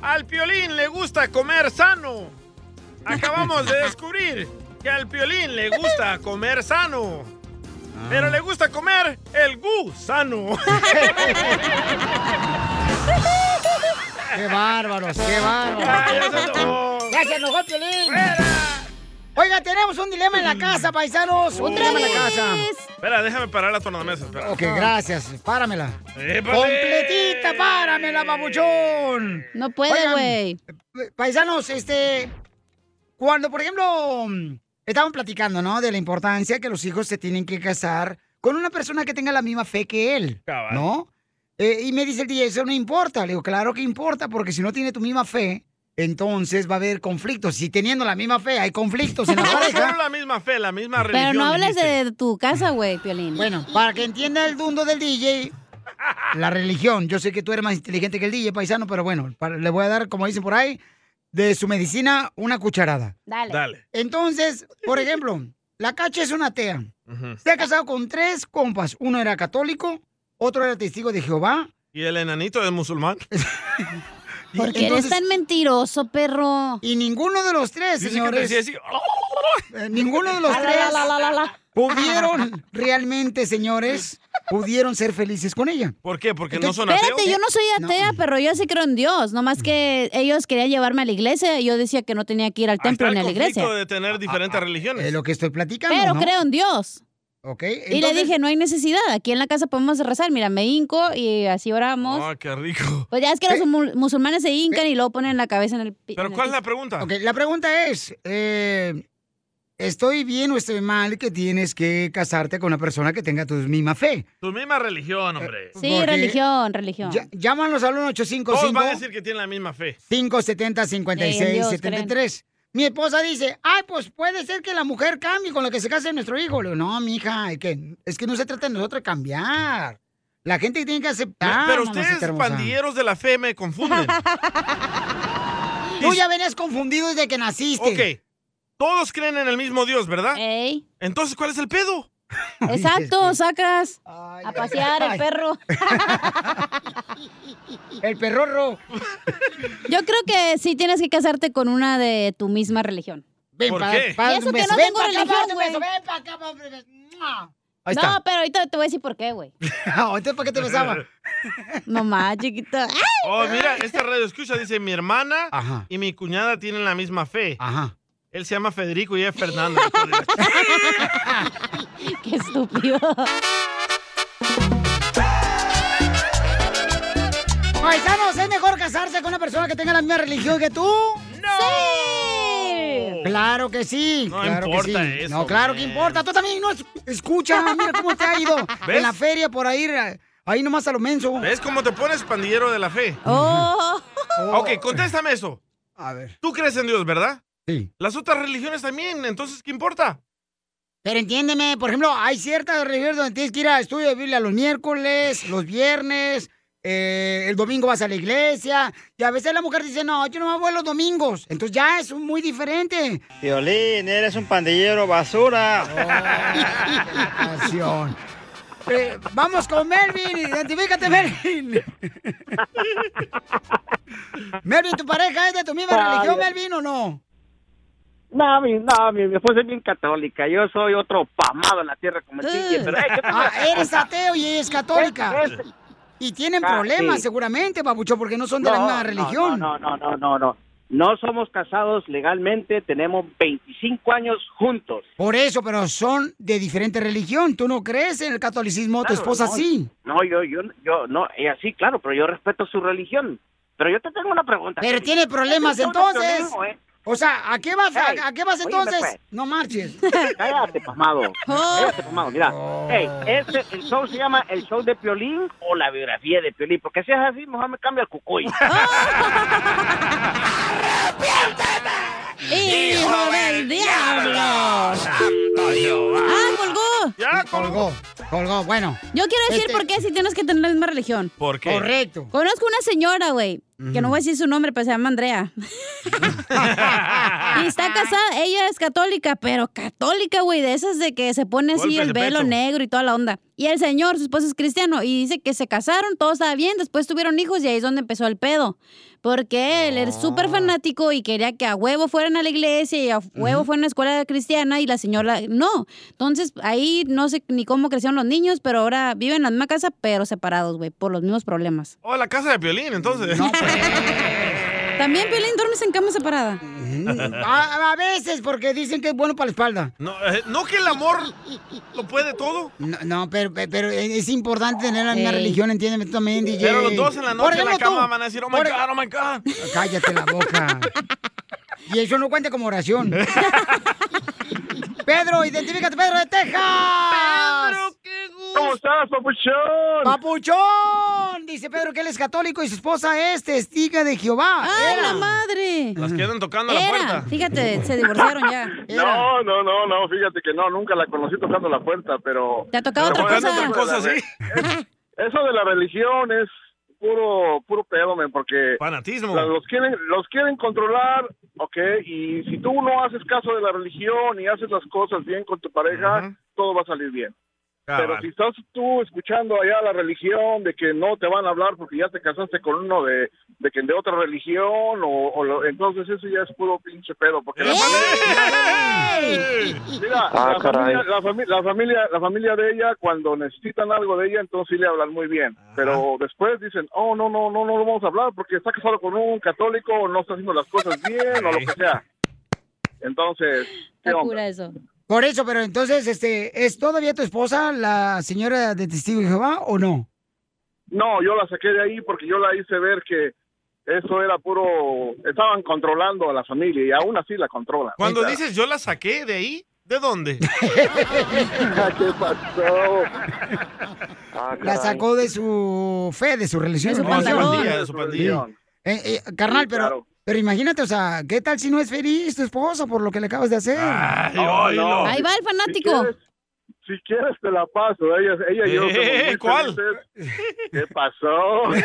C: Al piolín le gusta comer sano. Acabamos de descubrir que al piolín le gusta comer sano.
B: Ah.
C: Pero le gusta comer el gusano.
B: ¡Qué bárbaros! ¡Qué
C: Ay, ya
B: bárbaros!
C: se enojó.
B: ¡Ya se enojó, Piolín! Oiga, tenemos un dilema
D: Mm.
B: en la casa, paisanos. Un dilema en la casa.
C: Espera, déjame parar la tornamesa. Espera.
B: Ok, gracias. Páramela.
D: Eh.
C: ¡Épale!
B: ¡Completita! ¡Páramela, babuchón! eh,
D: No puede, güey.
B: Paisanos, este. Cuando, por ejemplo, mm, estaban platicando, ¿no? De la importancia que los hijos se tienen que casar con una persona que tenga la misma fe que él, ¿no? Eh, y me dice el DJ, eso no importa. Le digo, claro que importa, porque si no tiene tu misma fe, entonces va a haber conflictos. Si teniendo la misma fe hay conflictos en la
C: No solo
B: pareja.
C: la misma fe, la misma religión.
D: Pero no hables
C: dijiste.
D: de tu casa, güey, Piolín.
B: Bueno, para que entienda el dundo del DJ, la religión. Yo sé que tú eres más inteligente que el DJ, paisano, pero bueno, para- le voy a dar, como dicen por ahí, de su medicina una cucharada.
D: Dale.
C: Dale.
B: Entonces, por ejemplo, la cacha es una atea.
C: Ujú.
B: Se ha casado con tres compas. Uno era católico, otro era testigo de Jehová.
C: ¿Y el enanito es musulmán?
D: ¿Por qué eres tan mentiroso, perro?
B: Y ninguno de los tres,
C: Dice que
B: señores.
C: te decía
B: eh, ninguno de los
D: La, la,
B: tres
D: la, la, la, la.
B: pudieron realmente, señores, pudieron ser felices con ella.
C: ¿Por qué? Porque no
B: Entonces,
C: son ateos.
D: Espérate, yo no soy atea, pero yo sí creo en Dios. Nomás que ellos querían llevarme a la iglesia y yo decía que no tenía que ir al templo ni a la iglesia.
C: de tener diferentes religiones.
B: Ah, Es lo que estoy platicando.
D: Pero
B: ¿no?
D: creo en Dios.
B: Ok,
D: Y le
B: entonces-
D: dije, no hay necesidad. Aquí en la casa podemos rezar. Mira, me hinco y así oramos.
C: Ah, qué rico.
D: Pues ya es que los mu- musulmanes se hincan y luego ponen la cabeza en el... pi- en
C: Pero
D: el
C: ¿cuál es la
D: piso.
C: pregunta?
B: Ok, la pregunta es, eh, ¿estoy bien o estoy mal que tienes que casarte con una persona que tenga tu misma fe?
C: Tu misma religión, hombre.
D: Sí,
B: Porque-
D: religión, religión.
B: Ya- llámanos al
C: Todos van a
B: 1855
C: decir que tienen la misma fe.
B: 570
C: En Dios
B: 5673 Mi esposa dice, ay, pues puede ser que la mujer cambie con la que se case nuestro hijo. Le digo, no, mija, es que, es que no se trata de nosotros cambiar. La gente tiene que aceptar.
C: Pero
B: mamacita
C: ustedes,
B: hermosa.
C: pandilleros de la fe, me confunden.
B: Tú ya venías confundido desde que naciste.
C: ok, todos creen en el mismo Dios, ¿verdad? Entonces, ¿cuál es el pedo?
D: Exacto, sacas a pasear
C: ay.
D: el perro.
B: El perrorro.
D: Yo creo que sí tienes que casarte con una de tu misma religión.
B: Ven
D: ¿Por
B: pa-
D: qué?
B: pa-
D: Y eso
B: un
D: que
B: beso.
D: no
B: Ven
D: tengo
B: pa' acá,
D: religión,
B: date un beso,
D: güey.
B: ven pa' acá, pa- ¡Mua! Ahí
D: No,
B: está.
D: pero ahorita te voy a decir por qué, güey.
B: Ah, Entonces, ¿para qué te besaba?
D: Mamá, chiquita. ¡Ah,
C: Oh, mira, esta radio escucha dice, mi hermana
B: Ajá.
C: y mi cuñada tienen la misma fe.
B: Ajá.
C: Él se llama Federico y ella es Fernando.
D: Qué estúpido.
B: Paisanos, ¿es mejor casarse con una persona que tenga la misma religión que tú? ¡No! Claro que sí.
H: No
B: claro que
H: importa
B: sí.
H: eso,
B: No, claro que
H: man.
B: importa. Tú también no es- escucha, mira cómo te ha ido
C: ¿Ves?
B: en la feria por ahí, ahí nomás a lo menso.
C: ¿Ves cómo te pones pandillero de la fe?
B: Oh.
C: Ok, contéstame eso.
B: A ver.
C: Tú crees en Dios, ¿verdad?
B: Sí.
C: Las otras religiones también, entonces, ¿qué importa?
B: Pero entiéndeme, por ejemplo, hay ciertas religiones donde tienes que ir a estudio de Biblia los miércoles, los viernes, eh, el domingo vas a la iglesia. Y a veces la mujer dice, no, yo no me voy los domingos. Entonces ya es muy diferente.
Q: Violín, eres un pandillero basura.
B: Eh, vamos con Melvin, identifícate, Melvin. Melvin, ¿tu pareja es de tu misma
R: Ay,
B: religión,
R: ay.
B: Melvin, o no?
R: No, mi, no, mi, mi esposa es bien católica. Yo soy otro pamado en la tierra como el Kiki, pero... eh, ¿qué te-
B: Ah, eres ateo y ella es católica.
R: Es- es-
B: Y tienen
R: Ah,
B: problemas
R: sí.
B: seguramente, papucho, porque no son de la
R: No,
B: misma
R: no,
B: religión.
R: No, no, no, no, no. No somos casados legalmente, tenemos 25 años juntos.
B: Por eso, pero son de diferente religión. Tú no crees en el catolicismo, tu
R: Claro,
B: esposa
R: no,
B: sí.
R: No, yo, yo, yo, no, ella sí, claro, pero yo respeto su religión. Pero yo te tengo una pregunta.
B: Pero
R: Piolín.
B: tiene problemas
R: Yo te tengo una
B: entonces.
R: pregunta, ¿eh?
B: O sea, ¿a qué vas,
R: Ey,
B: a, a qué vas
R: óyeme,
B: entonces?
R: pues.
B: No marches. Oh.
R: Cállate, pasmado. Cállate, pasmado. Mira, hey, este, el show se llama El Show de Piolín o La Biografía de Piolín. Porque si es así, mejor me cambio al
B: ¡Oh!
R: cucuy.
H: ¡Hijo del diablo!
D: ¡Ah, colgó!
C: ¡Ya
B: colgó! Colgó, bueno.
D: Yo quiero decir
B: Este-
D: por qué sí tienes que tener la misma religión.
C: ¿Por qué? Correcto.
D: Conozco una señora, güey, que no voy a decir su nombre, pero se llama Andrea. y está casada, ella es católica, pero católica, güey, de esas de que se pone así
H: Golpes
D: el
H: de
D: velo
H: pecho.
D: negro y toda la onda. Y el señor, su esposo es cristiano, y dice que se casaron, todo estaba bien, después tuvieron hijos y ahí es donde empezó el pedo. Porque él era
H: Ah.
D: súper fanático y quería que a huevo fueran a la iglesia y a huevo fueran a la escuela cristiana y la señora no. Entonces ahí no sé ni cómo crecieron los niños, pero ahora viven en la misma casa, pero separados, güey, por los mismos problemas.
C: O Oh, la casa de Piolín, entonces.
B: pues.
D: También Piolín duermes en cama separada.
C: Eh,
B: A, a veces, porque dicen que es bueno para la espalda.
C: No, eh, no que el amor lo puede todo.
B: No, no, pero, pero es importante tener la misma
C: Ey.
B: religión, entiéndeme tú también, DJ.
C: Pero los dos en la
B: Por
C: noche en la
B: ejemplo,
C: cama
B: tú.
C: van a decir, oh my
B: Por-
C: God, oh my God.
B: Cállate la boca. Y eso no cuenta como oración. Pedro, identifícate, Pedro de Texas. Pedro, qué gusto.
H: ¿Cómo estás, papuchón?
B: Papuchón. Dice Pedro que él es católico y su esposa es testiga de Jehová.
D: ¡Ay,
B: Era.
D: la ¡Ah, madre!
C: Las quedan tocando la
D: Era,
C: puerta.
D: fíjate, se divorciaron ya.
S: No, no, no, no, fíjate que no, nunca la conocí tocando la puerta, pero...
D: Te ha tocado
S: pero
D: otra
S: bueno,
D: cosa.
S: eso de la re- es- Eso de la religión es puro puro pedo, men, porque...
C: Fanatismo.
S: la- Los quieren, los quieren controlar, ok, y si tú no haces caso de la religión y haces las cosas bien con tu pareja, todo va a salir bien. Pero
C: Ah,
H: Cabal.
S: si estás tú escuchando allá la religión de que no te van a hablar porque ya te casaste con uno de, de que de otra religión o, o lo- entonces eso ya es puro pinche pedo porque la familia, mira,
H: ¿Eh? Ah,
S: la,
H: caray.
S: familia, la, fami- la familia la familia de ella cuando necesitan algo de ella entonces sí le hablan muy bien pero después dicen oh no no no no lo vamos a hablar porque está casado con un católico o no está haciendo las cosas bien o lo que sea entonces ¿qué
D: Está
S: onda?
D: cura eso.
B: Por eso, pero entonces, este, ¿es todavía tu esposa la señora de testigo de Jehová o no?
S: No, yo la saqué de ahí porque yo la hice ver que eso era puro. Estaban controlando a la familia y aún así la controlan.
C: Cuando
S: O sea,
C: dices, yo la saqué de ahí, ¿de dónde?
S: Ah, ¿Qué pasó? Ah,
B: La sacó de su fe, de su religión.
C: De su
B: ¿no?
C: pantalón. De su pandilla, de su pandilla.
B: Sí. Eh, eh, carnal,
C: Sí,
B: pero,
C: claro.
B: pero imagínate, o sea, ¿qué tal si no es feliz tu esposa por lo que le acabas de hacer?
S: No, no.
D: Ahí va el fanático.
S: Si quieres, si quieres te la paso. Ella, ella y yo. somos
H: Eh,
S: muy
H: ¿cuál?
S: felices. ¿Qué pasó? Oye,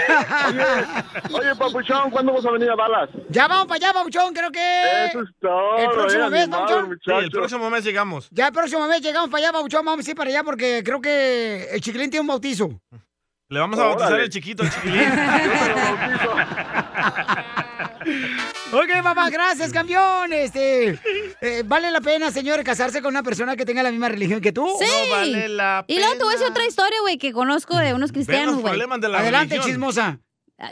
S: oye, Papuchón, ¿cuándo vas a venir a Dallas?
B: Ya vamos para allá, Pauchón, creo que.
S: Eso es todo.
B: El próximo
S: eh,
B: mes,
S: animado,
B: Papuchón.
C: Sí, el
S: muchacho.
C: próximo mes llegamos.
B: Ya el próximo mes llegamos para allá, Pauchón, vamos a ir para allá porque creo que el chiquilín tiene un bautizo.
C: Le vamos a
B: Órale.
C: bautizar el chiquito, el chiquilín.
B: Ok, papá, gracias, campeón. Este, eh, ¿Vale la pena, señores, casarse con una persona que tenga la misma religión que tú?
D: Sí. y luego te voy a decir otra historia, güey, que conozco de unos cristianos, güey.
B: Adelante, chismosa.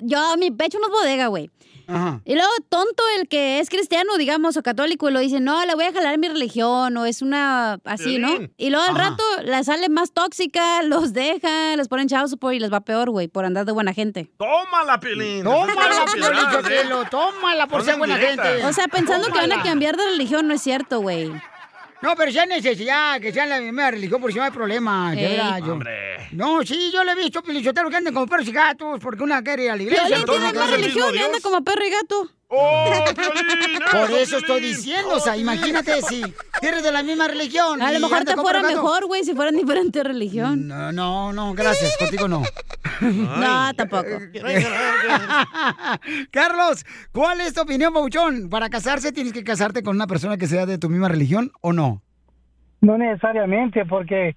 D: Yo a mi pecho no es bodega, güey. Y luego tonto el que es cristiano, digamos, o católico, y lo dice, no, le voy a jalar mi religión, o es una así, ¿no?
T: Violín.
D: Y luego al
T: Ajá.
D: rato la sale más tóxica, los deja, les ponen chavos y les va peor, güey, por andar de buena gente.
C: Tómala, Pilín.
B: Tómala,
C: Estás
B: Piolín
C: desesperada,
B: Sotelo,
C: ¿eh?
B: tómala por
C: Son
B: ser buena
C: indirectas.
B: gente.
D: O sea, pensando que van a
B: Tómala.
D: cambiar de religión no es cierto, güey.
B: No, pero ya necesidad, que sean la misma religión, por si no hay problema, de
D: Ey.
B: verdad, yo-
C: Hombre.
B: No, sí, yo le he visto pelichoteros que andan como perros y gatos, porque una quiere ir a la iglesia.
D: Piolín
B: otra
D: tiene
B: no
D: más
B: quiere.
D: religión y anda como perro y gato.
B: Por eso estoy diciendo, o sea, imagínate si eres de la misma religión.
D: A lo
B: y
D: mejor
B: andas
D: te
B: como
D: fuera
B: perro y gato.
D: mejor, güey, si fueran diferente religión.
B: No, no, no, gracias, contigo no.
D: No, tampoco.
B: Carlos, ¿cuál es tu opinión, Bauchón? ¿Para casarse tienes que casarte con una persona que sea de tu misma religión o no?
U: No necesariamente, porque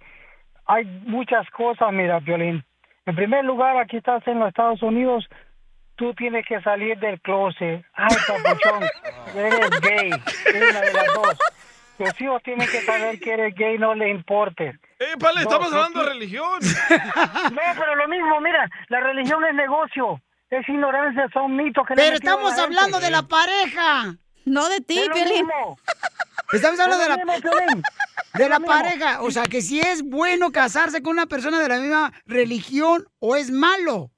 U: hay muchas cosas, mira, Violín. En primer lugar, aquí estás en los Estados Unidos, tú tienes que salir del closet. Ay, papuchón, eres gay. Una de las dos. Tus hijos tienen que saber que eres gay, no le importe.
C: Eh, Pale, estamos
U: Dos,
C: hablando de
U: aquí-
C: religión.
U: No, pero lo mismo, mira, la religión es negocio. Es ignorancia, son mitos que le
B: Pero
U: han metido a
B: estamos
U: la
B: hablando
U: gente.
B: de la pareja.
D: No de ti,
U: Es lo
B: Piolín.
U: mismo.
B: Estamos hablando de
U: Es lo
B: la,
U: mismo, Piolín.
B: de la
U: lo mismo.
B: pareja. O sea, que si es bueno casarse con una persona de la misma religión o es malo.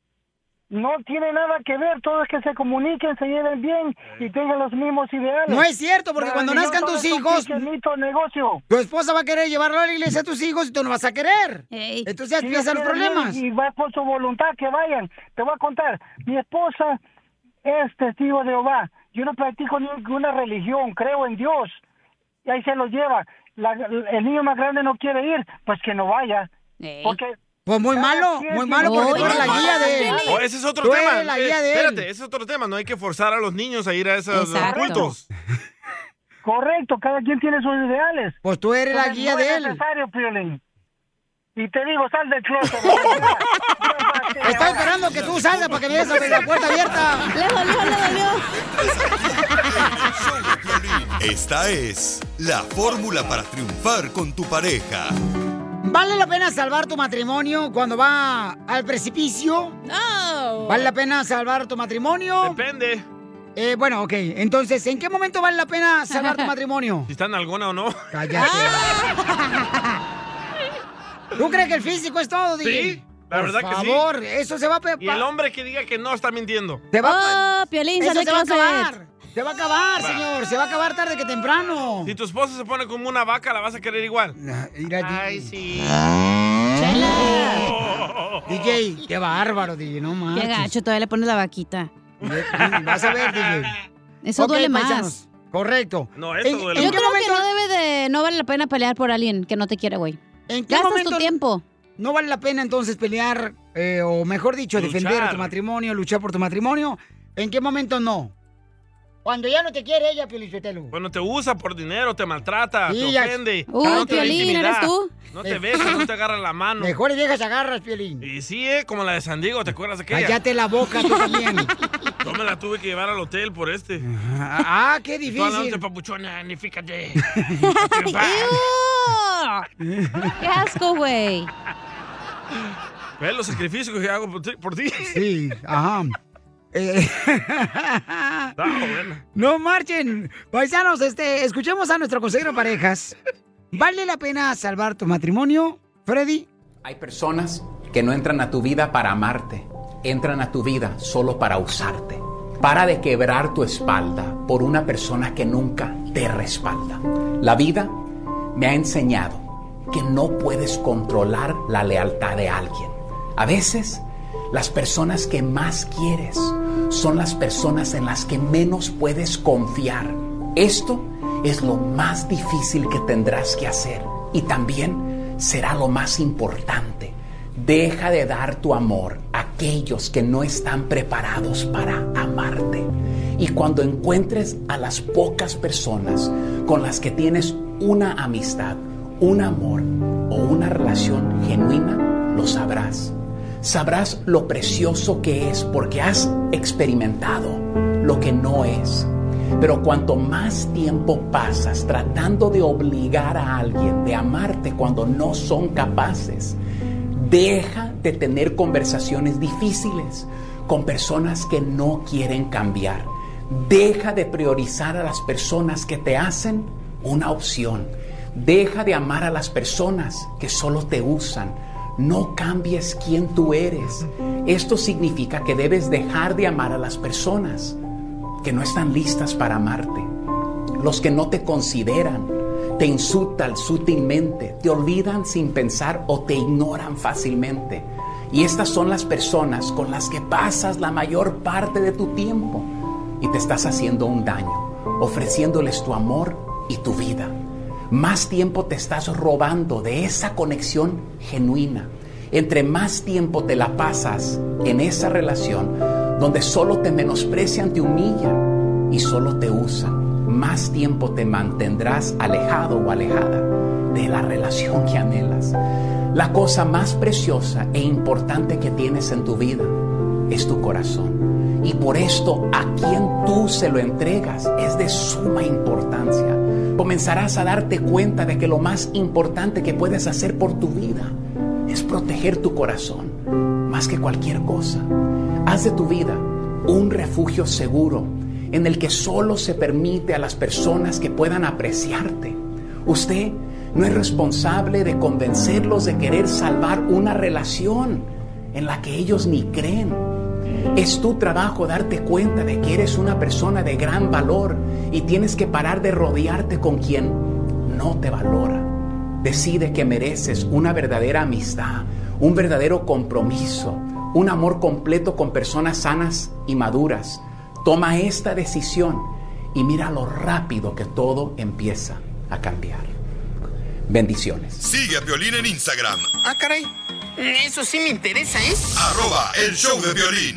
U: No tiene nada que ver, todo es que se comuniquen, se lleven bien y tengan los mismos ideales.
B: No es cierto, porque
U: La
B: cuando
U: religión
B: nazcan
U: todo
B: tus
U: es un
B: hijos-
U: cristianito negocio.
B: Tu esposa va a querer llevarlo a la iglesia a tus hijos y tú no vas a querer. Entonces pues ya
U: Si
B: empiezan los
U: ellos quieren
B: problemas.
U: ir Y va por su voluntad que vayan. Te voy a contar, mi esposa es testigo de Jehová. Yo no practico ninguna religión, creo en Dios. Y ahí se lo lleva. La- el niño más grande no quiere ir, pues que no vaya. Porque
B: Pues muy
U: cada
B: malo,
U: quien
B: muy
U: tiene
B: malo porque
U: su
B: tú eres la
U: religión.
B: guía de él.
C: Oh, ese es otro
B: Tú eres
C: tema.
B: la
C: Eh,
B: guía de él.
C: espérate, ese es otro tema. No hay que forzar a los niños a ir a esos eh,
U: Exacto.
C: cultos.
U: Correcto, cada quien tiene sus ideales.
B: Pues tú eres la guía
U: no
B: de
U: es
B: él.
U: necesario, Piolín. Y te digo, sal del closet. ¿verdad?
B: Estoy esperando que tú salgas para que me des la puerta abierta.
D: Le dolió, le dolió.
E: Esta es la fórmula para triunfar con tu pareja.
B: ¿Vale la pena salvar tu matrimonio cuando va al precipicio?
D: No.
B: ¿Vale la pena salvar tu matrimonio?
C: Depende.
B: Eh, bueno, ok. Entonces, ¿en qué momento vale la pena salvar tu matrimonio?
C: Si están alguna o no.
B: ¿Tú crees que el físico es todo,
C: Sí,
B: DJ?
C: la
B: Por
C: verdad que sí.
B: favor, eso se va a... pe-
C: Y el hombre que diga que no está mintiendo.
B: Se va, pues.
D: oh, Piolín,
B: eso
D: sale
B: se va a
D: closet.
B: acabar. Se va a acabar, señor. Se va a acabar tarde que temprano.
C: Si tu esposa se pone como una vaca, la vas a querer igual. Ay, sí. Oh.
B: DJ, qué bárbaro, DJ, no
D: Qué
B: manches. Eh,
D: gacho, todavía le pones la vaquita.
B: Vas a ver, DJ.
D: Eso
B: Ok,
D: duele más.
B: paisanos, Correcto. No,
C: eso
D: Yo creo que no debe de, no vale la pena pelear por alguien que no te quiere, güey.
B: ¿En qué
D: Gastas
B: momento
D: tu tiempo.
B: No vale la pena entonces pelear, eh, o mejor dicho, defender
D: Luchar.
B: tu matrimonio, luchar por tu matrimonio. ¿En qué momento no? Cuando ya no te quiere ella, Piolichotelo.
C: Cuando te usa por dinero, te maltrata,
B: Sí,
C: te
B: ya-
C: ofende.
B: Uy,
C: no te da
B: Piolín,
C: intimidad,
B: ¿eres tú?
C: No te besa, no te agarra la mano.
B: Mejores viejas agarras, Piolín.
C: Y sí, eh, como la de San Diego, ¿te acuerdas de aquella?
B: Cállate la boca tú también.
C: Yo me la tuve que llevar al hotel por este.
B: Ah, qué
C: Y toda
B: difícil.
C: la noche, papuchona, ah, ni fíjate.
D: ¡Ew! ¡Qué asco, güey!
C: Ve los sacrificios que hago por ti. por ti.
B: Sí, ajá. Eh,
C: Está Ah, bueno.
B: no marchen. Paisanos, este, escuchemos a nuestro consejero de parejas. ¿Vale la pena salvar tu matrimonio, Freddy?
V: Hay personas que no entran a tu vida para amarte, entran a tu vida solo para usarte. Para de quebrar tu espalda por una persona que nunca te respalda. La vida me ha enseñado que no puedes controlar la lealtad de alguien. A veces, las personas que más quieres son las personas en las que menos puedes confiar. Esto es lo más difícil que tendrás que hacer y también será lo más importante. Deja de dar tu amor a aquellos que no están preparados para amarte. Y cuando encuentres a las pocas personas con las que tienes una amistad, un amor o una relación genuina, lo sabrás. Sabrás lo precioso que es porque has experimentado lo que no es. Pero cuanto más tiempo pasas tratando de obligar a alguien de amarte cuando no son capaces, Deja de tener conversaciones difíciles con personas que no quieren cambiar. Deja de priorizar a las personas que te hacen una opción. Deja de amar a las personas que solo te usan. No cambies quién tú eres. Esto significa que debes dejar de amar a las personas que no están listas para amarte. Los que no te consideran, te insultan sutilmente, te olvidan sin pensar o te ignoran fácilmente. Y estas son las personas con las que pasas la mayor parte de tu tiempo y te estás haciendo un daño, ofreciéndoles tu amor y tu vida. Más tiempo te estás robando de esa conexión genuina. Entre más tiempo te la pasas en esa relación donde solo te menosprecian, te humillan y solo te usan, más tiempo te mantendrás alejado o alejada de la relación que anhelas. La cosa más preciosa e importante que tienes en tu vida es tu corazón. Y por esto a quien tú se lo entregas es de suma importancia. Comenzarás a darte cuenta de que lo más importante que puedes hacer por tu vida es proteger tu corazón más que cualquier cosa. Haz de tu vida un refugio seguro en el que solo se permite a las personas que puedan apreciarte. Usted no es responsable de convencerlos de querer salvar una relación en la que ellos ni creen. Es tu trabajo darte cuenta de que eres una persona de gran valor y tienes que parar de rodearte con quien no te valora. Decide que mereces una verdadera amistad, un verdadero compromiso, un amor completo con personas sanas y maduras. Toma esta decisión y mira lo rápido que todo empieza a cambiar. Bendiciones.
E: Sigue a Violín en Instagram,
W: Ah, caray. Eso sí me interesa, ¿eh?
E: arroba el show de violín.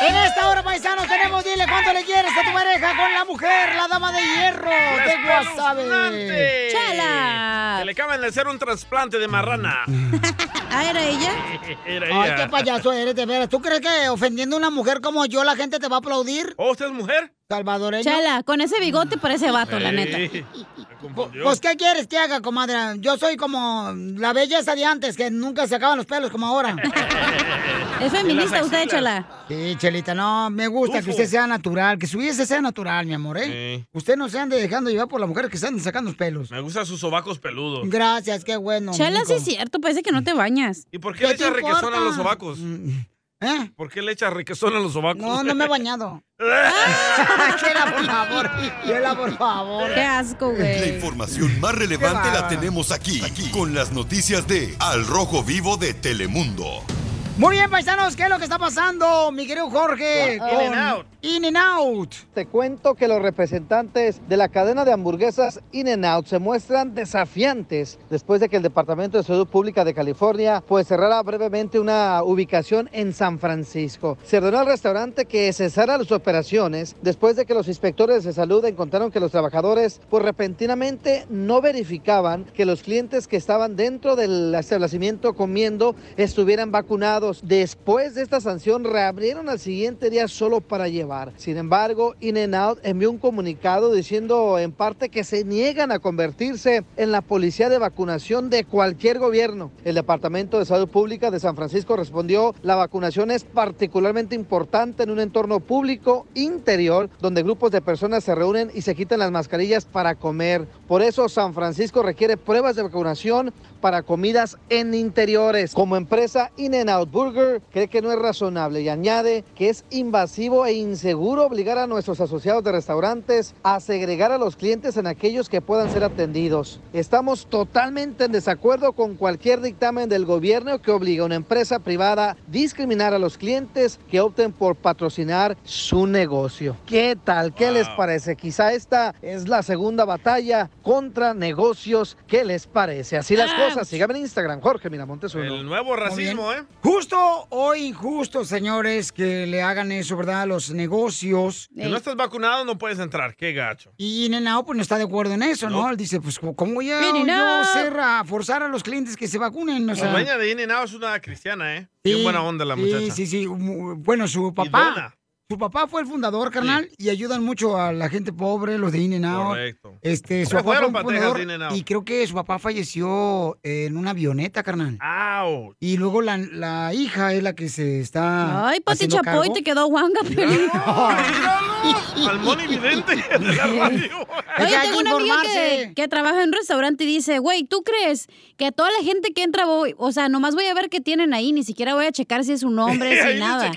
B: En esta hora, paisanos, tenemos Dile cuánto le quieres a tu pareja con la mujer, la dama de hierro de Guasave.
C: Que le acaban de hacer un trasplante de marrana.
B: ¿Ah, era ella?
C: Era
B: Ay,
C: ella.
B: qué payaso eres, de veras. ¿Tú crees que ofendiendo a una mujer como yo la gente te va a aplaudir?
C: ¿O ¿Oh, usted es mujer?
B: Salvadoreña.
D: Chala, con ese bigote parece vato, la neta.
C: Sí, me confundió.
B: Pues, ¿qué quieres que haga, comadre? Yo soy como la belleza de antes, que nunca se acaban los pelos como ahora.
D: Es feminista usted, Chala.
B: Sí, Chelita, no, me gusta que usted sea natural, que su vida sea natural, mi amor, ¿eh? Usted no se ande dejando llevar por las mujeres que se andan sacando los pelos.
C: Me gustan sus sobacos peludos.
B: Gracias, qué bueno.
D: Chala, sí
B: mijo.
D: es cierto, parece que no te bañas.
C: ¿Y por qué le echas requesón a los sobacos?
B: ¿Eh?
C: ¿Por qué le echas requesón a los sobacos?
B: No, no me he bañado. Ah, Chela, por favor. Chela, por favor.
D: Qué asco,
E: La
D: güey.
E: información más relevante
B: Qué
E: la
B: bárbaro.
E: tenemos aquí, aquí, con las noticias de Al Rojo Vivo de Telemundo.
B: Muy bien, paisanos, ¿qué es lo que está pasando, mi querido Jorge?
F: Wow.
B: con
F: In and out.
B: In and Out.
F: Te cuento que los representantes de la cadena de hamburguesas In-N-Out se muestran desafiantes después de que el Departamento de Salud Pública de California pues cerrara brevemente una ubicación en San Francisco. Se ordenó al restaurante que cesara sus operaciones después de que los inspectores de salud encontraron que los trabajadores pues repentinamente no verificaban que los clientes que estaban dentro del establecimiento comiendo estuvieran vacunados. Después de esta sanción reabrieron al siguiente día solo para llevar. Sin embargo, In-N-Out envió un comunicado diciendo en parte que se niegan a convertirse en la policía de vacunación de cualquier gobierno. El Departamento de Salud Pública de San Francisco respondió, la vacunación es particularmente importante en un entorno público interior donde grupos de personas se reúnen y se quitan las mascarillas para comer. Por eso San Francisco requiere pruebas de vacunación para comidas en interiores. Como empresa, In-N-Out Burger cree que no es razonable y añade que es invasivo e inseguro obligar a nuestros asociados de restaurantes a segregar a los clientes en aquellos que puedan ser atendidos. Estamos totalmente en desacuerdo con cualquier dictamen del gobierno que obliga a una empresa privada a discriminar a los clientes que opten por patrocinar su negocio. ¿Qué tal? ¿Qué les parece? Quizá esta es la segunda batalla contra negocios. ¿Qué les parece? Así las
C: Ah.
F: cosas. Síganme en Instagram, Jorge Miramontes uno.
C: El nuevo racismo, ¿eh?
B: Justo o injusto, señores, que le hagan eso, ¿verdad? A los negocios.
C: ¿eh? Si no estás vacunado, no puedes entrar. Qué gacho.
B: Y Nenao pues no está de acuerdo en eso, ¿no? Él dice, pues ¿cómo voy a
C: Miren, no.
B: yo ser a forzar a los clientes que se vacunen? O
C: La
B: sea,
C: dueña de In es una cristiana, ¿eh?
B: sí,
C: Bien buena onda la
B: sí,
C: muchacha.
B: Sí, sí, mu- bueno, su papá. Su papá fue el fundador, carnal, y ayudan mucho a la gente pobre, los de In Out.
C: Correcto.
B: Este,
C: Se
B: su papá fue
C: fueron
B: un
C: para Texas
B: fundador
C: de In-N-Out.
B: y creo que su papá falleció en una avioneta, carnal. Y luego la, la hija es la que se está
D: Ay, Pati
B: haciendo
D: Chapoy,
B: cargo.
D: te quedó guanga, Piolín.
C: Salmón evidente de la radio.
D: Oye,
B: hay
D: tengo
B: que
D: una amiga
B: informarse.
D: que, que trabaja en un restaurante y dice, güey, ¿tú crees que a toda la gente que entra voy, o sea, nomás voy a ver qué tienen ahí, ni siquiera voy a checar si es un nombre,
H: Ahí
D: si
H: ni
D: nada?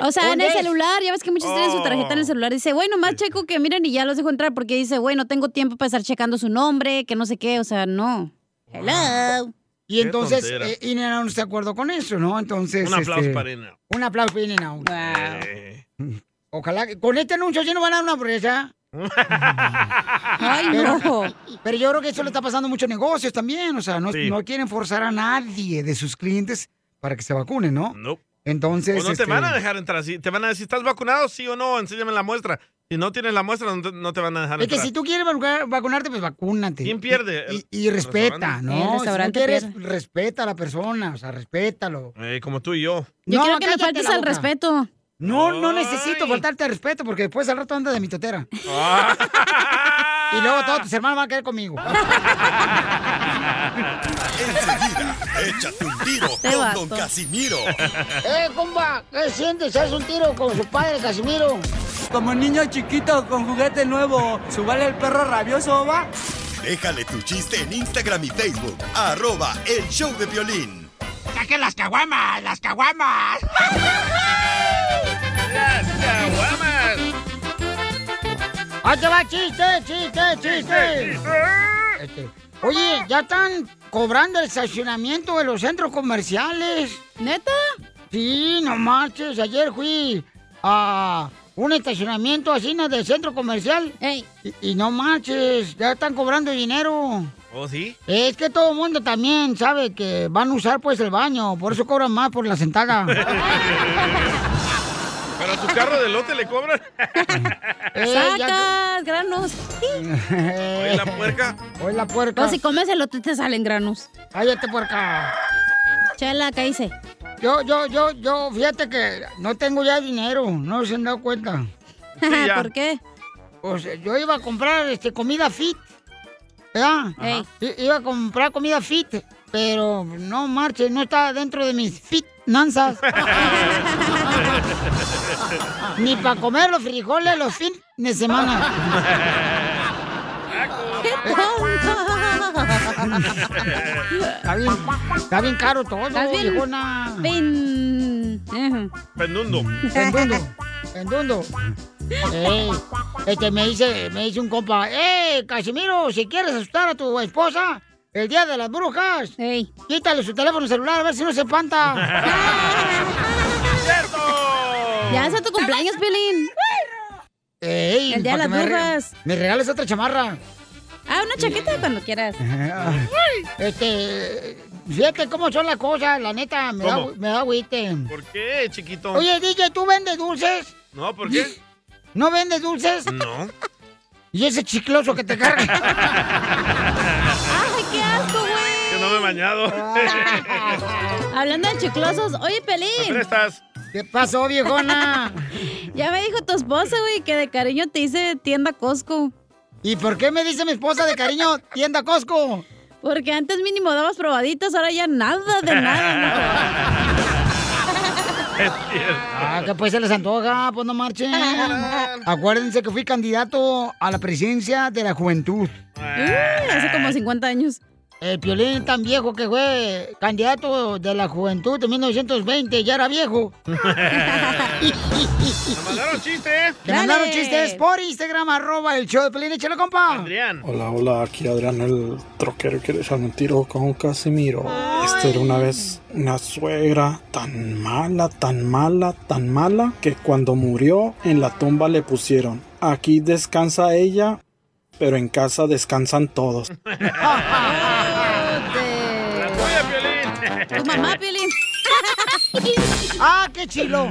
D: O
H: O
D: sea, en el
H: es?
D: celular, ya ves que muchos tienen su tarjeta en el celular. Dice, güey, nomás checo que miren y ya los dejo entrar porque dice, güey, no tengo tiempo para estar checando su nombre, que no sé qué, o sea, no. Hello.
B: Y entonces, eh, In-N-Out no está de acuerdo con eso, ¿no? Entonces.
C: Un aplauso
B: este,
C: para Ina.
B: Un aplauso para In-N-Out.
C: Eh.
B: Mm. Ojalá que con este anuncio sí nos van a dar una hamburguesa.
D: Ay,
B: Pero, pero yo creo que eso le está pasando a muchos negocios también. O sea, no, no quieren forzar a nadie de sus clientes para que se vacunen, ¿no?
C: No.
B: Entonces.
C: O Pues no te
B: este,
C: van a dejar entrar. Si te van a decir, ¿estás vacunado? Sí o no, enséñame la muestra. Si no tienes la muestra, no te, no te van a dejar
B: Es que
C: entrar.
B: si tú quieres vacu- vacunarte, pues vacúnate.
C: ¿Quién pierde?
B: Y,
C: El-
B: y
C: el
B: respeta,
C: restaurante.
B: ¿no?
C: El
B: Si no
C: restaurante
B: quieres, respeta a la persona, o sea, respétalo.
C: Eh, como tú y yo.
D: Yo
B: No,
D: quiero que me
B: cállate
D: faltes
B: la
D: al
B: boca.
D: respeto.
B: No, no necesito faltarte al respeto porque después al rato anda de mi totera.
E: Ah.
B: Y luego todos tus hermanos van a caer conmigo.
E: Enseguida, échate un tiro
B: Te
E: con
B: vato.
E: Don Casimiro.
B: ¡Eh, comba! ¿Qué sientes? ¿Haz un tiro con su padre, Casimiro?
P: Como niño chiquito con juguete nuevo, ¿subale el perro rabioso va?
E: Déjale tu chiste en Instagram y Facebook. Arroba el show de violín.
H: ¡Saquen las caguamas! ¡Las caguamas!
B: ¡Ahí te va chiste, chiste, chiste! Este, Oye, ya están cobrando el estacionamiento de los centros comerciales.
D: ¿Neta?
B: Sí, no marches. Ayer fui a un estacionamiento así ¿no? del centro comercial. Y, y no marches, ya están cobrando dinero.
C: ¿Oh, sí?
B: Es que todo el mundo también sabe que van a usar pues el baño, por eso cobran más por la sentada.
C: Pero a tu carro de lote le cobran.
D: Sacas granos.
B: Oye,
C: la puerca.
B: Oye, la Eh, puerca.
D: No, si comes elote te salen granos.
B: Cállate, puerca.
D: Chela, ¿qué hice?
B: Yo, yo, yo, yo, fíjate que no tengo ya dinero, no se han dado cuenta.
D: Sí, ya. ¿Por qué?
B: Pues eh, yo iba a comprar este, comida fit, ¿verdad? I- Iba a comprar comida fit, pero no marche, no está dentro de mis fit nanzas. Ni para comer los frijoles los fines de semana. Está bien, está bien caro todo,
D: Estás bien-
B: viejona.
D: Ven.
C: Pendundo.
B: Pendundo. Pendundo. Ey, este me dice, me dice un compa, ¡eh, Casimiro! Si quieres asustar a tu esposa el día de las brujas, quítale su teléfono celular a ver si no se espanta.
D: Ah, Ya es a tu cumpleaños, Pelín.
B: Ey,
D: El día de las
B: para que me re-
D: brujas.
B: Me regales otra chamarra.
D: Ah, una chaqueta cuando quieras.
B: Este, fíjate cómo son las cosas, la neta, me da,
C: ¿Cómo?
B: agü- me da agüite.
C: ¿Por qué, chiquito?
B: Oye, DJ, ¿tú vendes dulces?
C: No, ¿por qué?
B: ¿No vendes dulces?
C: No.
B: Y ese chicloso que te carga.
D: ¡Ay, qué asco, güey!
C: Que no me he bañado.
D: Hablando de chiclosos, oye, Pelín.
C: estás?
B: ¿Qué pasó, viejona?
D: ya me dijo tu esposa, güey, que de cariño te hice tienda Costco.
B: ¿Y por qué me dice mi esposa de cariño tienda Costco?
D: Porque antes mínimo dabas probaditas, ahora ya nada de nada.
B: Ah, que pues se les antoja, pues no marchen.
C: Ah,
B: Acuérdense que
D: Uh,
B: fui
D: Mm,
B: candidato a la presidencia de la juventud.
D: hace como 50 años.
B: El Piolín tan viejo que fue candidato de la juventud de 1920, ya era viejo.
C: Me mandaron chiste, ¿eh?
B: Te mandaron chistes por Instagram, arroba el show de Piolín, échale compa.
C: Adrián.
X: Hola, hola, aquí Adrián el troquero quiere echarme un tiro con Casimiro. Esta era una vez una suegra tan mala, tan mala, tan mala que cuando murió en la tumba le pusieron aquí descansa ella, pero en casa descansan todos.
C: La tuya, Piolín.
D: Tu mamá, Piolín.
B: ¡Ah, qué chilo!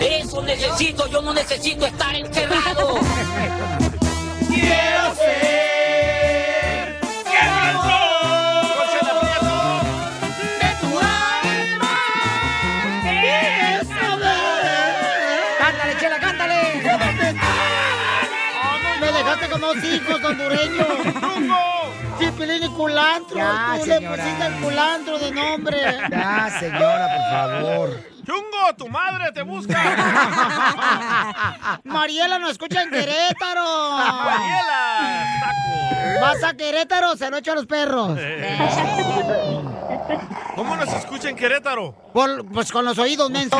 G: Eso necesito, yo no necesito estar encerrado.
H: Quiero ser ganador. De tu alma. Quiero saber.
B: ¡Cántale, chela, cántale!
C: Ah,
B: ¡Me dejaste con dos hijos hondureños! Sí, Piolín y culantro.
C: Ya,
B: tú
C: señora.
B: le pusiste el culantro de nombre.
C: Ya,
B: Ah, señora, por favor.
C: Chungo, tu madre te busca.
B: Mariela no escucha en Querétaro.
C: Mariela,
B: Vas a Querétaro, se lo echa a los perros.
C: ¿Cómo nos escucha en Querétaro?
B: Por- pues con los oídos, menso.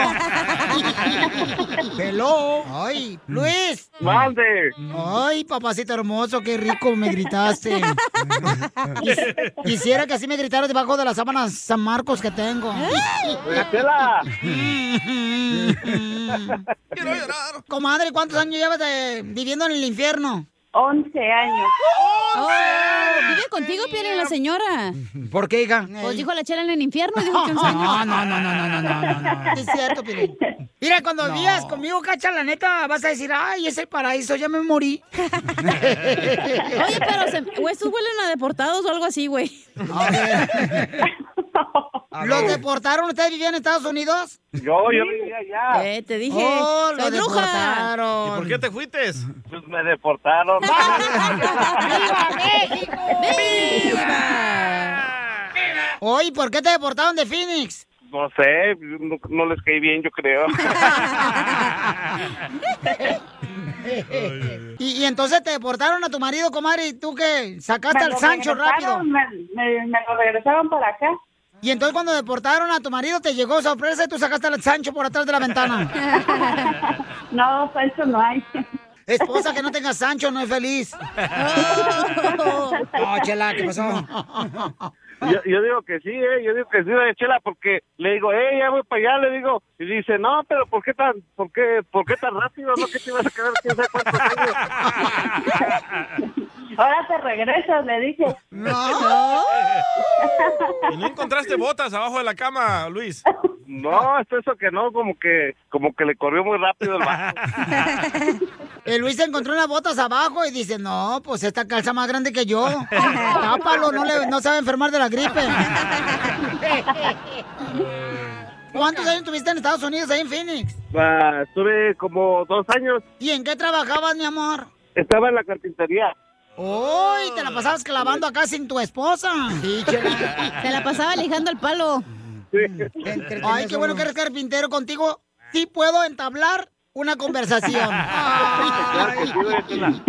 B: Hello. Ay, Luis.
X: Mande.
B: Ay, papacito hermoso, qué rico me gritaste. Quis- Quisiera que así me gritaras debajo de las sábanas San Marcos que tengo.
X: Chela.
B: Quiero llorar. Comadre, ¿cuántos años llevas de- viviendo en el infierno? 11 años.
D: Oh, vive contigo, Piolín, la señora.
B: ¿Por qué, hija?
D: Pues dijo la chela en el infierno, dijo que 11 años.
B: No, no, no, no, no, no, no, no, no. Es cierto, Piolín. Mira, cuando
D: No.
B: vivas conmigo, cacha, la neta, vas a decir, ay, es el paraíso, ya me morí.
D: Oye, pero se, o estos huelen a deportados o algo así, güey.
B: ¿Los deportaron? ¿Ustedes vivían en Estados Unidos?
X: Yo, yo
B: vivía
X: allá.
D: Eh, te dije.
B: Oh,
D: soy
B: los
D: bruja.
B: deportaron.
X: ¿Y por
C: ¿Qué te fuiste?
X: Pues me deportaron.
B: Oye, ¿por qué te deportaron de Phoenix?
X: No sé, no, no les caí bien, yo creo.
B: y, y entonces te deportaron a tu marido, comadre, y tú que sacaste
I: Me
B: al
I: lo
B: Sancho rápido.
I: regresaron, me- me lo regresaron para acá.
B: Y entonces cuando deportaron a tu marido te llegó sorpresa y tú sacaste al Sancho por atrás de la ventana.
I: No, Sancho no hay.
B: Esposa que no tenga Sancho no es feliz. No, chela, ¿qué pasó?
X: Yo, yo digo que sí, eh, yo digo que sí, doña Chela, porque le digo, eh, ya voy para allá, le digo, y dice, no, pero ¿por qué tan, por qué, por qué tan rápido? ¿No que te ibas a quedar quién sabe cuántos años?
I: Ahora te regresas, le dije.
B: No.
C: ¿Y no encontraste botas abajo de la cama, Luis?
X: No, es eso que no, como que, como que le corrió muy rápido el vato.
B: El Luis encontró unas botas abajo y dice, no, pues esta calza más grande que yo. Tápalo, no, le, no se va a enfermar de la gripe. ¿Cuántos años tuviste en Estados Unidos, ahí en Phoenix?
X: Ah, estuve como dos años,
B: ¿Y en qué trabajabas, mi amor?
X: estaba en la carpintería.
B: ¡Uy! Te la pasabas clavando acá sin tu esposa.
D: Te la pasaba lijando el palo.
B: Ay, qué bueno que eres carpintero contigo. Sí puedo entablar una conversación.
X: Claro que sí, doña Chela.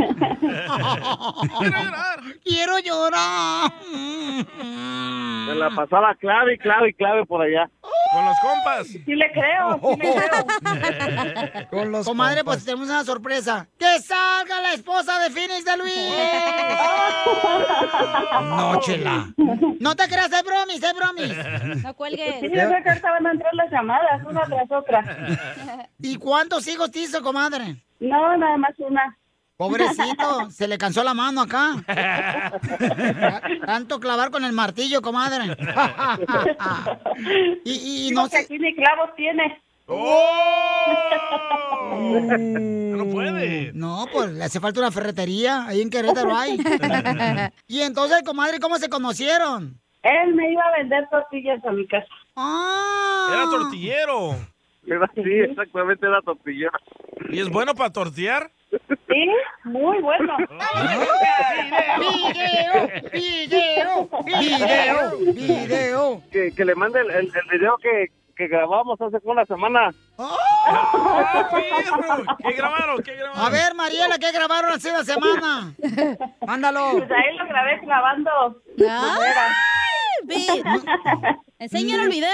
B: Quiero llorar.
X: Me la pasaba clave, y clave, y clave por allá.
C: Con los compas.
I: Sí le creo, sí le creo.
B: Oh. Con los Comadre, pues tenemos una sorpresa. ¡Que salga la esposa de Phoenix de
C: Oh.
B: Luis! No, chela. No te creas, es bromis, es bromis.
D: No
I: Sí, yo creo que ahorita van a entrar las llamadas, una tras otra.
B: ¿Y cuántos hijos te hizo, comadre?
I: No, nada más una.
B: Pobrecito, se le cansó la mano acá. Tanto clavar con el martillo, comadre. y, y no sé.
I: Aquí ni clavos tiene.
B: ¡Oh!
C: No puede.
B: Mm. No, pues le hace falta una ferretería. Ahí en Querétaro hay. y entonces, comadre, ¿cómo se conocieron?
I: Él me iba a vender tortillas a mi casa.
C: Era tortillero.
X: Sí, exactamente era tortillera.
C: ¿Y es bueno para tortear?
I: Sí, muy bueno.
H: Video, video, video.
B: video.
X: Que, que le mande el, el- el video que, que grabamos hace una semana.
C: ¿Qué grabaron? ¿Qué grabaron?
B: Ah, pues. A ver, Mariela, ¿qué grabaron hace una semana? Mándalo.
I: Pues ahí lo grabé grabando.
D: Enseñaron el video.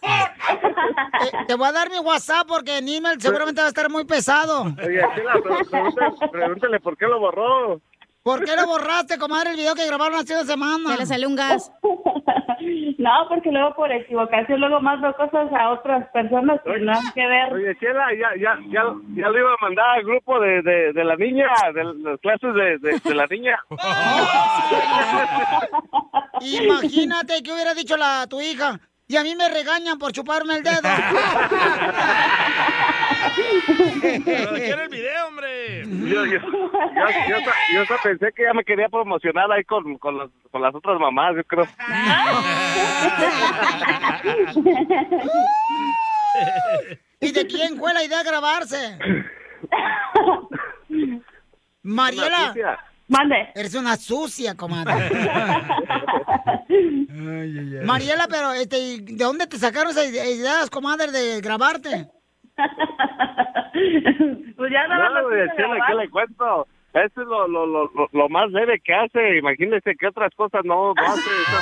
B: Te, te voy a dar mi WhatsApp porque en email seguramente va a estar muy pesado.
X: Oye, Chela, pre- pregúntale, pregúntale por qué lo borró.
B: ¿Por qué lo borraste, comadre, el video que grabaron hace una semana? Se le
D: salió un gas.
I: No, porque luego por equivocación luego mando cosas a otras personas que no han que ver.
X: Oye, Chela, ya, ya, ya, ya lo iba a mandar al grupo de, de, de la niña, de las clases de, de, de la niña.
B: Imagínate que hubiera dicho la tu hija. Y a mí me regañan por chuparme el dedo.
C: Pero de qué era el video, hombre.
X: Yo, yo, yo, yo hasta- yo hasta pensé que ya me quería promocionar ahí con, con, las, con las otras mamás, yo creo.
B: ¿Y de quién fue la idea de grabarse? Mariela.
I: Mande.
B: Eres una sucia, comadre. Mariela, pero este, ¿y ¿de dónde te sacaron esas ide- ideas, comadre, de grabarte?
I: Pues ya nada más
X: No, güey,
I: quise
X: Chela,
I: grabar.
X: ¿qué le cuento? Eso es lo, lo, lo, lo- lo más leve que hace. Imagínese qué otras cosas no, no hace esa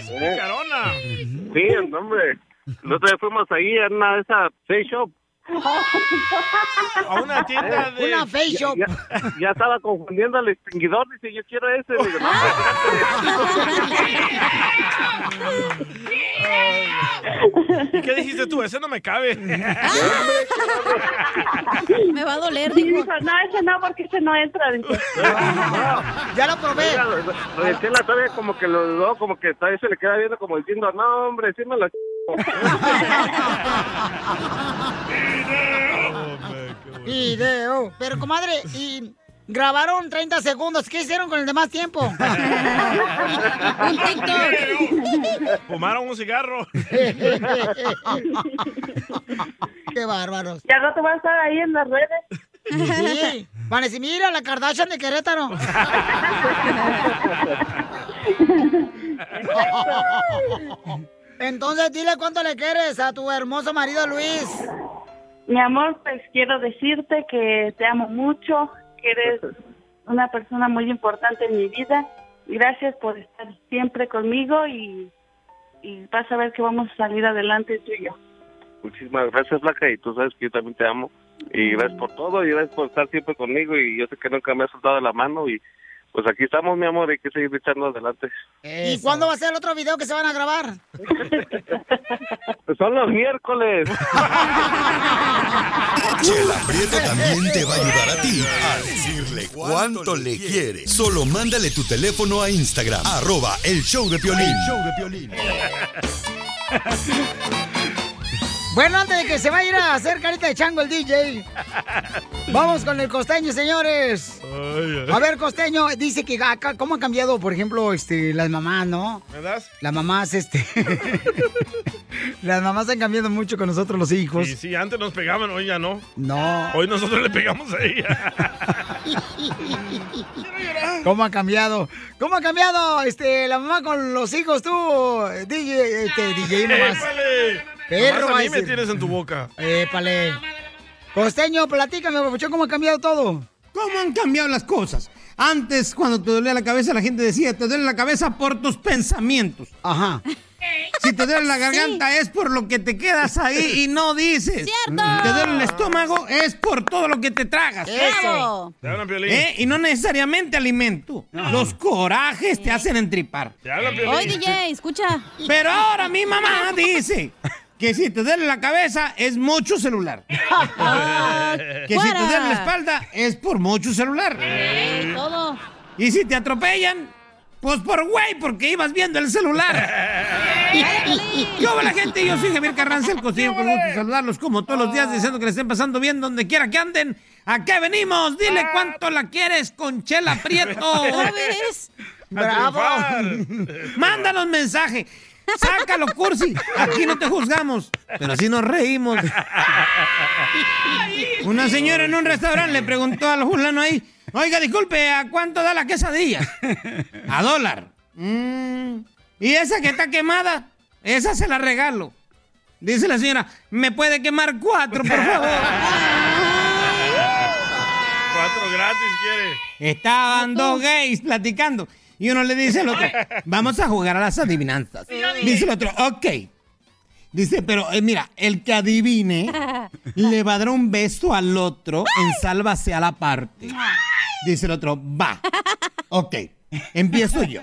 X: señora. Eh,
C: Carona.
X: Sí, no, hombre. El otro día fuimos ahí a una de esas face shop.
C: A una tienda de...
B: Una face shop.
X: Eh, Ya, ya- ya estaba confundiendo al extinguidor. Dice, yo quiero ese. Digo, no,
C: ¿Y qué dijiste tú? Ese no me cabe.
I: Me va a doler, dijo. no, ese no, porque ese no entra. dice.
B: ya lo probé.
X: Oye, Chela todavía como que lo dudó, como que todavía se le queda viendo como diciendo, no, hombre, sí me la...
B: Video. oh, Pero, comadre, y grabaron 30 segundos. ¿Qué hicieron con el demás tiempo?
C: Fumaron un cigarro.
B: Qué bárbaros.
I: Ya no te vas a estar ahí en las redes.
B: Sí. Van a decir, mira, la Kardashian de Querétaro. Entonces, dile cuánto le quieres a tu hermoso marido Luis.
I: Mi amor, pues quiero decirte que te amo mucho, que eres una persona muy importante en mi vida. Gracias por estar siempre conmigo y, y vas a ver que vamos a salir adelante tú y yo.
X: Muchísimas gracias, Blanca, y tú sabes que yo también te amo. Y gracias por todo, y gracias por estar siempre conmigo, y yo sé que nunca me has soltado la mano, y pues aquí estamos, mi amor, hay que seguir echando adelante.
B: ¿Y cuándo va a ser el otro video que se van a grabar?
X: Son los miércoles.
E: Chela Prieto también te va a ayudar a ti a decirle cuánto le quiere. Solo mándale tu teléfono a Instagram, arroba el show de Piolín.
B: Bueno, antes de que se vaya a ir a hacer carita de chango el DJ, vamos con el costeño, señores. A ver, costeño, dice que acá, ¿cómo han cambiado, por ejemplo, este, las mamás, no?
C: ¿Me das?
B: Las mamás, este. las mamás han cambiado mucho con nosotros los hijos.
C: Sí, sí, antes nos pegaban, hoy ya no.
B: No.
C: Hoy nosotros le pegamos a ella.
B: ¿Cómo ha cambiado? ¿Cómo ha cambiado este, la mamá con los hijos, tú, DJ, este, DJ nomás?
C: ¡Épale!
B: Perro,
C: Nomás
B: va
C: a
B: a
C: mí me
B: decir.
C: tienes en tu boca.
B: Épale. Costeño, platícame, papuchón, ¿cómo ha cambiado todo?
L: ¿Cómo han cambiado las cosas? Antes, cuando te dolía la cabeza, la gente decía, te duele la cabeza por tus pensamientos.
B: Ajá.
L: Si te duele la garganta es por lo que te quedas ahí y no dices.
D: ¡Cierto!
L: Te duele el estómago es por todo lo que te tragas.
C: ¡Eso! Te hablan, Piolín.
L: ¿Eh? Y no necesariamente alimento. Los corajes te hacen entripar.
C: Te hablan, Piolín.
D: Oye, DJ, escucha.
L: Pero ahora mi mamá dice que si te duele la cabeza es mucho celular. que si te
H: Ah, ¡Fuera!
L: duele la espalda es por mucho celular.
D: Todo.
L: Y si te atropellan, pues por güey, porque ibas viendo el celular. Yo la gente, yo soy Javier Carranza, el costeño, con gusto saludarlos como todos los días, deseando que le estén pasando bien donde quiera que anden. ¿A qué venimos? Dile cuánto la quieres con Chela Prieto.
H: ¿Otra
D: vez?
L: ¡Bravo!
H: A
L: Mándanos mensaje. Sácalo, Cursi. Aquí no te juzgamos, pero así nos reímos. Una señora en un restaurante le preguntó al fulano ahí, oiga, disculpe, ¿a cuánto da la quesadilla? A dólar. "Mm, ¿Y esa que está quemada? Esa se la regalo. Dice la señora, ¿me puede quemar cuatro, por favor?
C: Cuatro gratis quiere.
L: Estaban dos gays platicando. Y uno le dice al otro, vamos a jugar a las adivinanzas. Dice el otro, ok. Dice, pero eh, mira, el que adivine le va a dar un beso al otro en sálvase a la parte. Dice el otro, va. Ok, empiezo yo.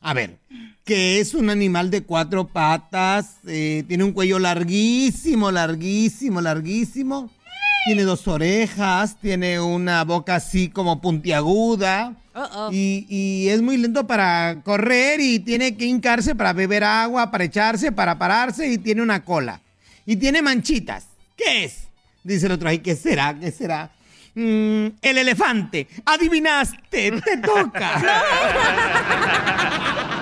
L: A ver, que es un animal de cuatro patas, eh, tiene un cuello larguísimo, larguísimo, larguísimo. Tiene dos orejas, tiene una boca así como puntiaguda.
H: Uh-oh.
L: Y, y es muy lento para correr y tiene que hincarse para beber agua, para echarse, para pararse y tiene una cola. Y tiene manchitas. ¿Qué es? Dice el otro, ay, ¿qué será? ¿Qué será? Mm, el elefante. Adivinaste, te toca.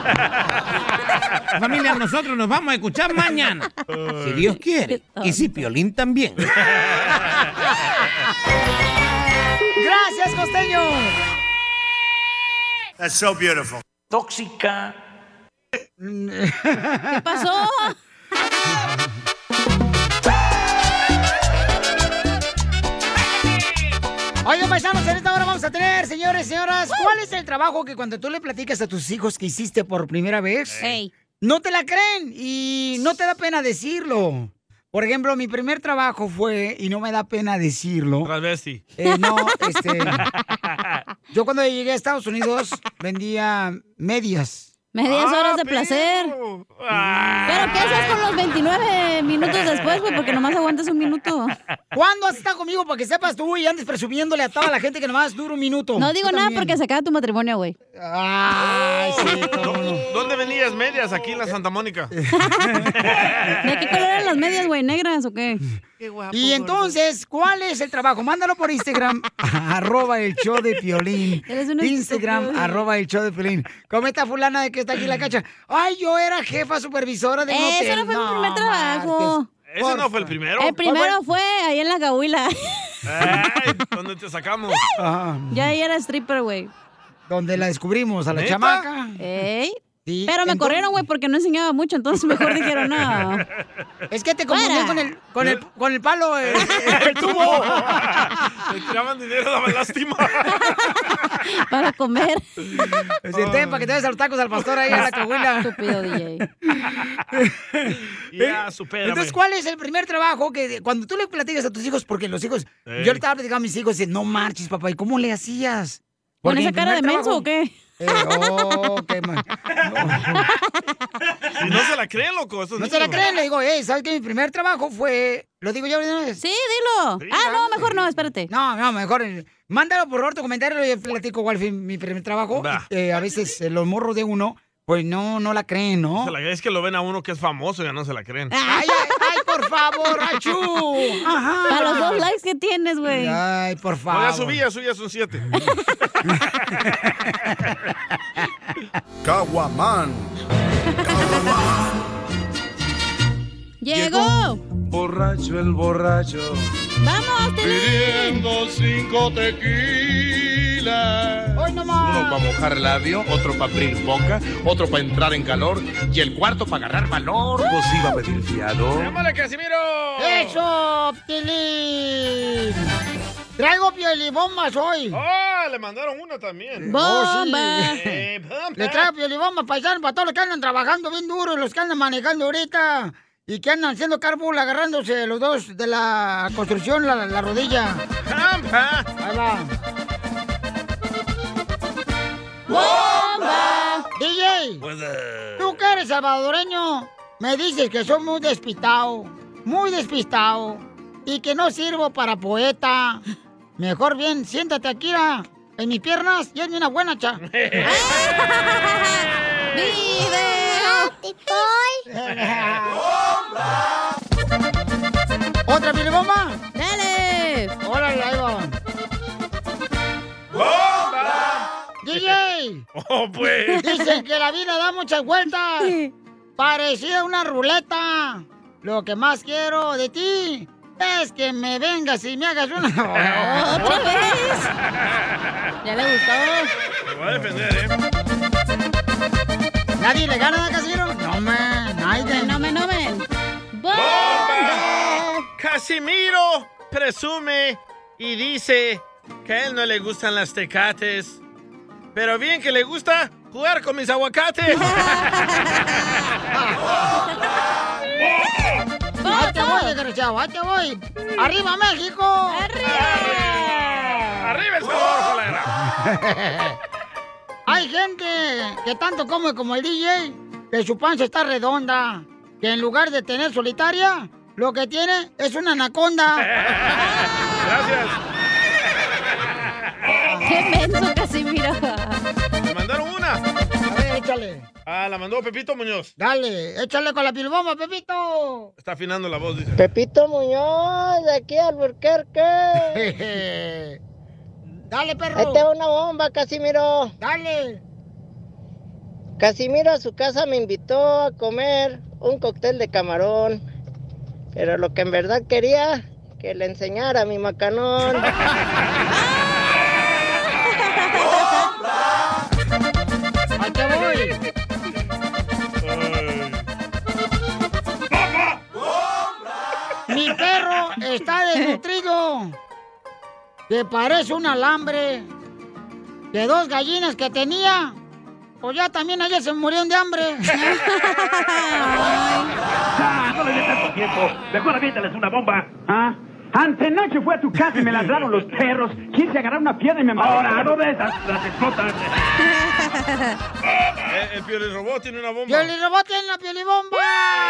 L: Familia, nosotros nos vamos a escuchar mañana. Si Dios quiere. Y si Piolín también.
B: Gracias, costeño.
K: That's so beautiful.
G: Tóxica.
D: ¿Qué pasó?
B: Oigan, paisanos, en esta hora vamos a tener, señores, señoras, ¿cuál es el trabajo que cuando tú le platicas a tus hijos que hiciste por primera vez, no te la creen y no te da pena decirlo? Por ejemplo, mi primer trabajo fue, y no me da pena decirlo.
C: Travesti.
B: Eh, no, este. yo cuando llegué a Estados Unidos vendía medias.
D: Medias horas de placer. Pero ¿qué haces con los 29 minutos después, güey? Porque nomás aguantas un minuto.
B: ¿Cuándo has estado conmigo para que sepas tú y andes presumiéndole a toda la gente que nomás dura un minuto?
D: No digo
B: Tú
D: nada
B: también.
D: porque se acaba tu matrimonio, güey.
B: Ay, sí,
C: Oh.
B: Eh,
C: ¿Dónde venías medias? Aquí en la Santa Mónica.
D: ¿De qué color eran las medias, güey? ¿Negras o qué?
B: Y entonces, ¿cuál es el trabajo? Mándalo por Instagram, arroba el show de Piolín.
D: Eres un
B: Instagram,
D: estúpido.
B: arroba el show de Piolín. ¿Cómo está fulana de que está aquí la cacha? Ay, yo era jefa supervisora de un
D: Eso
B: hotel.
D: no fue mi primer trabajo.
C: Ese no fue el primero.
D: El primero fue ahí en la gahuila.
B: Eh,
C: Ay, ¿Dónde te sacamos?
D: Ya ahí era stripper, güey.
B: Ah, Donde la descubrimos a la
C: ¿Neta?
B: chamaca.
D: Ey.
B: Sí,
D: Pero me
B: entonces-
D: corrieron, güey, porque no enseñaba mucho, entonces mejor dijeron no.
B: Es que te confundí
D: Fuera.
B: con el, con el, con el palo, eh. el, el tubo.
C: Te tiraban dinero, daba lástima.
D: Para comer.
B: Se te- para que te des a los tacos al pastor ahí a la cahuila.
D: Estúpido DJ.
C: Ya, supérame.
B: Entonces, ¿cuál es el primer trabajo que de- cuando tú le platicas a tus hijos? Porque los hijos,
C: Ey.
B: yo le estaba platicando a mis hijos, dicen, no marches, papá, ¿y cómo le hacías?
D: ¿Con
B: Porque
D: esa
B: mi
D: cara de
B: primer
D: menso o
B: trabajo-
D: qué?
B: Eh, oh, qué mal.
C: Si no se la creen, loco. esos
B: No se la
C: niños.
B: creen, le digo, eh, ¿sabes qué? Mi primer trabajo fue. ¿Lo digo yo una vez?
D: Sí, dilo. ah, no, mejor no, espérate.
B: No, no, mejor. eh, Mándalo por favor tu comentario y yo platico cuál fue mi primer trabajo.
C: Va.
B: Eh, a veces eh, los morros de uno, pues no, no la creen, ¿no?
C: Se la- es que lo ven a uno que es famoso ya no se la creen.
B: Ay, ay, ay, por favor, achú. Ajá.
D: Para los dos likes que tienes, güey.
B: Ay, por
C: No, ya
B: favor.
C: subí, ya subí, ya son siete.
K: Caguaman.
D: Llegó.
H: Borracho el borracho.
D: Vamos,
H: Pidiendo cinco tequilas.
B: Hoy nomás.
M: Uno para mojar labio, otro para abrir boca, otro para entrar en calor y el cuarto para agarrar valor. Pues iba a pedir fiado.
C: ¡Llámale, Casimiro!
B: ¡Eso, Piolín! Traigo piolibombas hoy.
C: ¡Oh, bomba le mandaron una también.
B: ¡Bomba!
C: Eh, bomba.
B: Le trae piolibomba paisano para todos los que andan trabajando bien duro y los que andan manejando ahorita y que andan haciendo carbul agarrándose los dos de la construcción, la, la rodilla.
C: ¡Trampa!
B: Ahí va.
H: ¡Bomba!
B: DJ, tú que eres salvadoreño, me dices que soy muy despistado, muy despistado y que no sirvo para poeta. Mejor bien, siéntate aquí ah, en mis piernas y hazme una buena cha. ¿Otra bomba?
D: ¡Dale!
B: ¡Órale, ahí va! ¡DJ!
C: ¡Oh, pues!
B: Dicen que la vida da muchas vueltas. Parecida a una ruleta. Lo que más quiero de ti es que me vengas y me hagas una.
H: ¿Otra vez?
B: ¿Ya le gustó?
C: Te voy a defender, ¿eh?
B: ¿Nadie le gana, Casimiro? No me, nadie.
D: No me, no me.
C: Casimiro presume y dice que a él no le gustan las tecates. Pero bien que le gusta jugar con mis aguacates.
B: ¡Ahí te voy, desgraciado! ¡Ahí te voy! ¡Arriba, México! ¡Arriba!
C: ¡Arriba, El Salvador, Colera!
B: Hay gente que tanto come como el DJ, que su panza está redonda, que en lugar de tener solitaria, lo que tiene es una anaconda.
C: Gracias.
D: ¡Qué menso, Casimiro!
C: Me mandaron una. A
B: ver, échale.
C: Ah, la mandó Pepito Muñoz.
B: Dale, échale con la pilbomba, Pepito.
C: Está afinando la voz, dice.
K: Pepito Muñoz, de aquí al
B: Eh.
K: Burquerque.
B: Dale, perro.
K: Esta es una bomba, Casimiro.
B: Dale.
K: Casimiro a su casa me invitó a comer un cóctel de camarón. Pero lo que en verdad quería, que le enseñara mi macanón.
B: ¡Ahí te voy! Mi perro está desnutrido. Que parece un alambre. De dos gallinas que tenía. Pues ya también ayer se murieron de hambre.
N: Ah, no le dejas por tiempo. Mejor aviéntales una bomba. ¿Ah? Antenoche fue a tu casa y me ladraron los perros. Quise agarrar una piedra y me mataron. Ahora, ¿no ves? Las, las explotas.
C: Eh, el Piolín Robot tiene una bomba.
B: ¡Pioli robot en la piolibomba!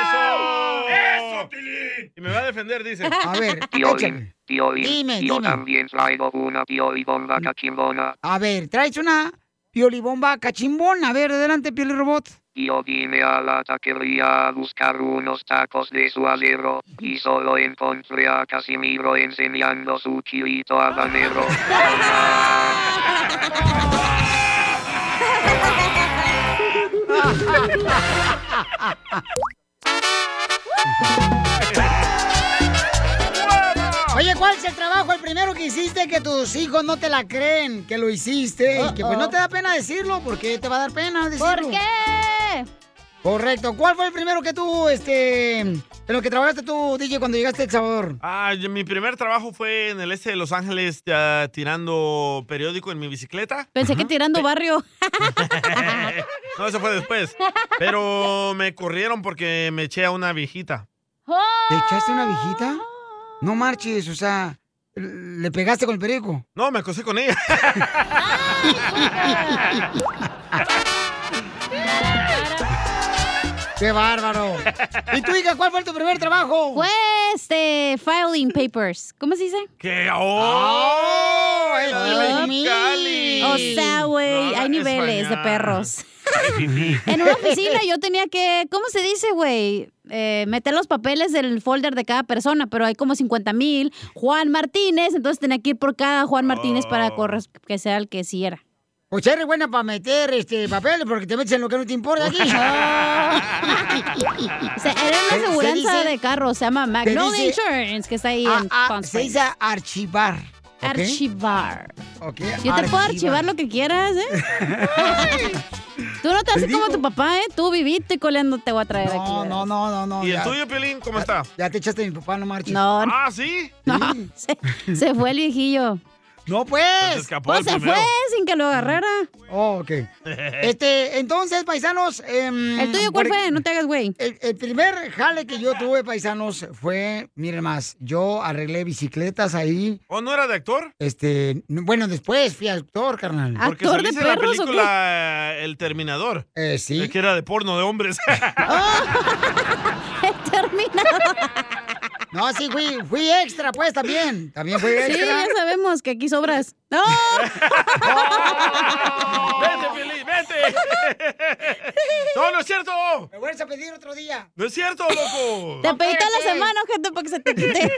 C: ¡Eso! ¡Eso, Tilín! Y me va a defender, dice.
B: A ver,
O: Tío
B: échale.
O: Bin, tío Bin,
B: Dime,
O: yo
B: dime. Mm.
O: también traigo una tío y bomba cachimbona.
B: A ver, traes una piolibomba cachimbón. A ver, adelante, pioli robot.
O: Tío vine a la taquería a buscar unos tacos de suadero y solo encontré a Casimiro enseñando su chilito habanero.
B: Oye, ¿cuál es el trabajo? El primero que hiciste que tus hijos no te la creen, que lo hiciste y que pues no te da pena decirlo, porque te va a dar pena decirlo. ¿Por
D: qué?
B: Correcto. ¿Cuál fue el primero que tú, este, en lo que trabajaste tú, DJ, cuando llegaste a El Salvador?
C: Ah, yo- mi primer trabajo fue en el este de Los Ángeles ah, tirando periódico en mi bicicleta.
D: Pensé que tirando barrio.
C: No, eso fue después. Pero me corrieron porque me eché a una viejita.
B: ¿Te echaste una viejita? No marches, o sea, ¿le pegaste con el periódico?
C: No, me acosé con ella.
B: ¡Qué bárbaro! ¿Y tú, hija, cuál fue tu primer trabajo?
D: Fue este, filing papers. ¿Cómo se dice?
C: ¡Qué oh!
B: ¡Ay,
D: Oh,
B: Mexicali!
D: O sea, güey, hay niveles de perros. En una oficina yo tenía que, ¿cómo se dice, güey? Eh, meter los papeles del folder de cada persona, pero hay como 50 mil. Juan Martínez, entonces tenía que ir por cada Juan Martínez para corres- que sea el que sí era.
B: O sea, Pues eres buena para meter este papel porque te metes en lo que no te importa aquí.
D: O sea, era
B: Se-
D: una
B: se
D: aseguranza
B: dice-
D: de carro, se llama Magnolia
B: dice-
D: Insurance, que está ahí
B: Ah,
D: en
B: ah,
D: Palm
B: se
D: Springs.
B: dice archivar. ¿ok?
D: Archivar.
B: Ok,
D: Yo te puedo archivar lo que quieras, ¿eh? Tú no te haces como tu papá, ¿eh? Tú viviste y coleando te voy a traer aquí. No, no,
B: no, no, no.
C: ¿Y el tuyo, Piolín, cómo está?
B: Ya te echaste mi papá, no marches.
D: No.
C: ¿Ah, sí?
D: No, se, se fue el viejillo.
B: No, pues.
D: Se Pues se fue sin que lo agarrara.
B: Oh, ok.
C: Eh.
B: Este, entonces, paisanos.
D: ¿El tuyo cuál fue?
B: No te hagas, güey. El, el primer jale que yo tuve, paisanos, fue, miren más, yo arreglé bicicletas ahí.
C: ¿O no era de actor?
B: Este, n- bueno, después fui actor, carnal.
C: Porque saliste en la película El Terminador.
B: Eh, sí.
C: que era de porno de hombres.
B: No, sí, fui, fui extra, pues, también. También fui
D: Sí,
B: extra.
D: ya sabemos que aquí sobras. ¡No!
C: ¡Vete, Piolín, vete! ¡No, no es cierto!
B: Me vuelves a pedir otro día.
C: ¡No es cierto, loco!
D: Te pedí toda la semana, gente, para que se te quite.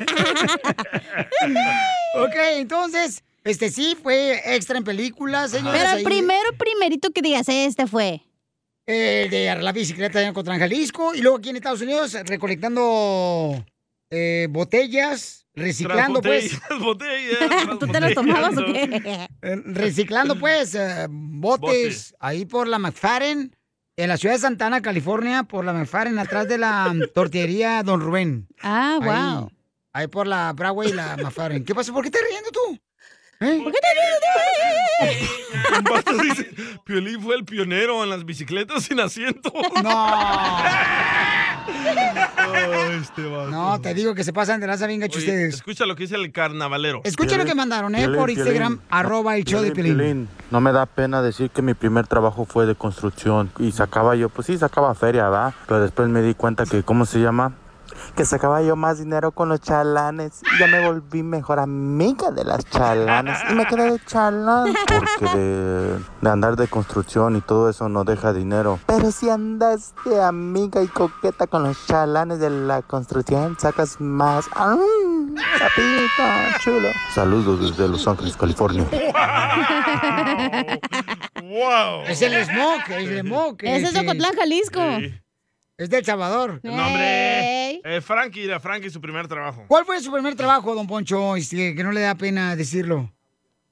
B: ok, entonces, este sí fue extra en películas, señores.
D: Pero el
B: ahí.
D: primero, primerito que digas, este fue.
B: El eh, de arreglar bicicleta en Cotlán, Jalisco. Y luego aquí en Estados Unidos recolectando eh, botellas, reciclando, pues.
C: Tras botellas, botellas, tras botellas.
B: Eh, Reciclando, pues, eh, botes,
C: Botes.
B: ahí por la McFarren, en la ciudad de Santana, California, por la McFarren, atrás de la mm, tortillería Don Rubén.
D: Ah, wow.
B: Ahí por la Broadway y la McFarren. ¿Qué pasa? ¿Por qué te riendo tú? ¿Eh?
D: ¿Por qué te
B: riendo tú?
C: Un vato dice, Piolín fue el pionero en las bicicletas sin asiento.
B: No.
C: este
B: No, te digo que se pasan de lanza bien gacho ustedes.
C: Escucha lo que dice el carnavalero.
B: Escucha lo que mandaron, ¿eh?
C: Piolín,
B: por
C: Piolín.
B: Instagram, arroba el show de Piolín.
Q: No me da pena decir que mi primer trabajo fue de construcción y sacaba yo, pues sí, sacaba feria, ¿verdad? Pero después me di cuenta que, ¿cómo se llama? Que sacaba yo más dinero con los chalanes y ya me volví mejor amiga de las chalanes y me quedé de chalán porque de, de andar de construcción y todo eso no deja dinero. Pero si andas de amiga y coqueta con los chalanes de la construcción, sacas más. ¡Ah! Papito, chulo. Saludos desde Los Ángeles, California.
C: ¡Wow!
B: Es el smog, el smog.
D: Ese es Ocotlán, Jalisco.
B: Es del Salvador.
C: El nombre. Eh, Frankie, era Frankie su primer trabajo.
B: ¿Cuál fue su primer trabajo, don Poncho? Este, que no le da pena decirlo.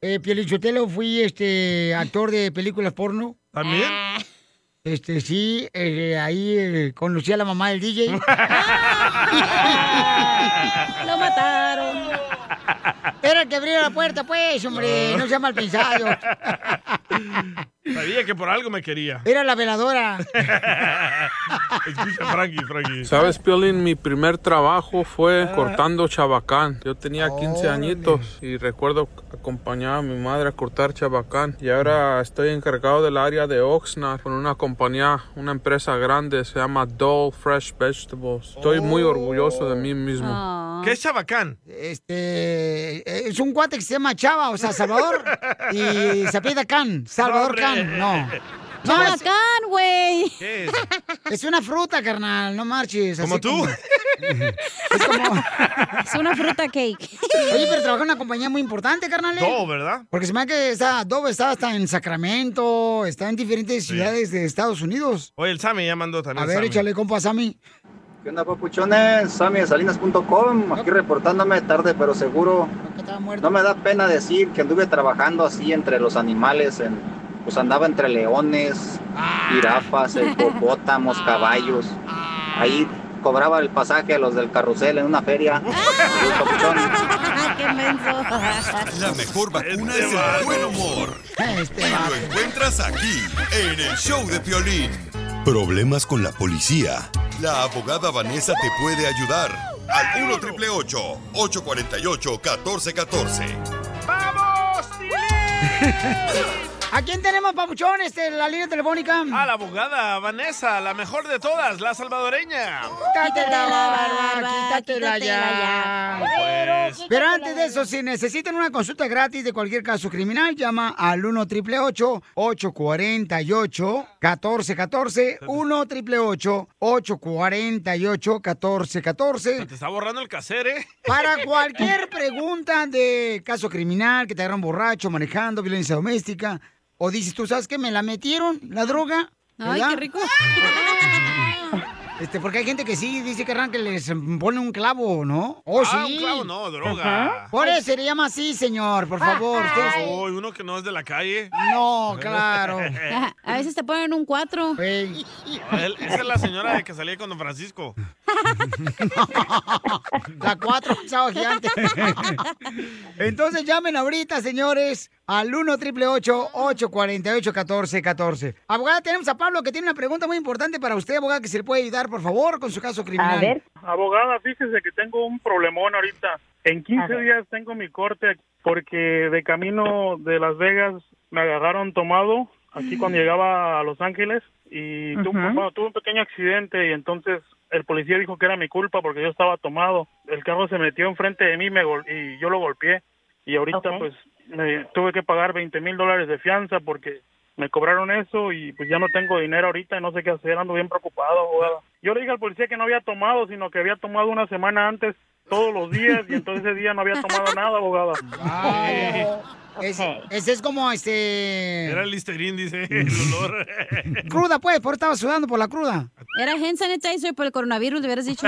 B: Eh, Pielichotelo, fui este actor de películas porno.
C: ¿También?
B: Este, sí, eh, ahí eh, conocí a la mamá del DJ.
D: Lo mataron.
B: Era que abriera la puerta, pues,
C: Ah.
B: hombre, no sea mal pensado.
C: Sabía que por algo me quería.
B: Era la veladora.
C: Escucha, Frankie, Frankie.
R: ¿Sabes, Piolín? Mi primer trabajo fue cortando chabacán. Yo tenía 15 añitos y recuerdo acompañaba a mi madre a cortar chabacán. Y ahora estoy encargado del área de Oxnard con una compañía, una empresa grande, se llama Dole Fresh Vegetables. Estoy muy orgulloso de mí mismo.
B: Ah.
C: Ah. ¿Qué es chabacán?
B: Este, es un cuate que se llama Chava, o sea, Salvador, y se apellida Can, Salvador Can, no.
D: Chava
B: Can, güey.
C: ¿Qué es?
B: Es una fruta, carnal, no marches.
C: ¿Como tú?
B: es como... Es una fruta cake. Oye, pero trabaja en una compañía muy importante, carnal. ¿eh?
C: Dove, ¿verdad?
B: Porque se me hace que está, Dove está hasta en Sacramento, está en diferentes ciudades de Estados Unidos.
C: Oye, el Sammy ya mandó también.
B: A ver,
C: Sammy.
B: échale compa Sammy.
U: ¿Qué onda, papuchones? Sammy de Salinas.com, aquí reportándome tarde pero seguro. No me da pena decir que anduve trabajando así entre los animales, en- pues andaba entre leones, jirafas, hipopótamos, caballos. Ahí cobraba el pasaje a los del carrusel en una feria. Saludos, papuchón.
D: ¡Qué menso!
E: La mejor vacuna es el buen humor. Y lo encuentras aquí, en el show de Piolín.
Q: Problemas con la policía.
E: La abogada Vanessa te puede ayudar. Al 1 848 1414
C: ¡Vamos,
B: ¿A quién tenemos, papuchón, este, la línea telefónica?
C: A la abogada Vanessa, la mejor de todas, la salvadoreña.
B: Quítate la barba, quítatela ya.
C: Pues,
B: Pero antes de eso, si necesitan una consulta gratis de cualquier caso criminal, llama al 1 888 848 1414 1 888 848 1414
C: te está borrando el caser, ¿eh?
B: para cualquier pregunta de caso criminal, que te agarran borracho, manejando, violencia doméstica, o dices, tú sabes que me la metieron, la droga.
D: Ay,
B: ¿verdad?
D: qué rico.
B: Este, porque hay gente que sí dice que arranca les pone un clavo, ¿no? Oh,
C: Ah,
B: sí.
C: un clavo no, droga.
B: Ajá. Por eso se le llama así, señor, por favor. ustedes-
C: Uy, uno que no es de la calle.
B: No, claro.
D: A veces te ponen un 4.
C: Él- esa es la señora de que salía con Don Francisco.
B: La cuatro, sábado gigante. Entonces llamen ahorita, señores, al 1 triple 848 1414 Abogada, tenemos a Pablo que tiene una pregunta muy importante para usted, abogada, que se le puede ayudar, por favor, con su caso criminal.
W: Abogada, fíjese que tengo un problemón ahorita. En 15
B: Ajá.
W: días tengo mi corte aquí, porque de camino de Las Vegas me agarraron tomado aquí cuando llegaba a Los Ángeles y tuve,
F: Mm. Ujú.
W: bueno, tuve un pequeño accidente y entonces el policía dijo que era mi culpa porque yo estaba tomado. El carro se metió enfrente de mí y me gol- y yo lo golpeé y ahorita
F: Ok.
W: pues me tuve que pagar 20 mil dólares de fianza porque me cobraron eso y pues ya no tengo dinero ahorita y no sé qué hacer, ando bien preocupado, abogada. Yo le dije al policía que no había tomado, sino que había tomado una semana antes todos los días y entonces ese día no había tomado nada, abogada.
B: Ese, ese es como este.
W: Era
B: listerín, dice.
W: el
B: olor. cruda, pues, por estaba sudando por la cruda.
D: Era hand sanitizer por el coronavirus, le hubieras dicho.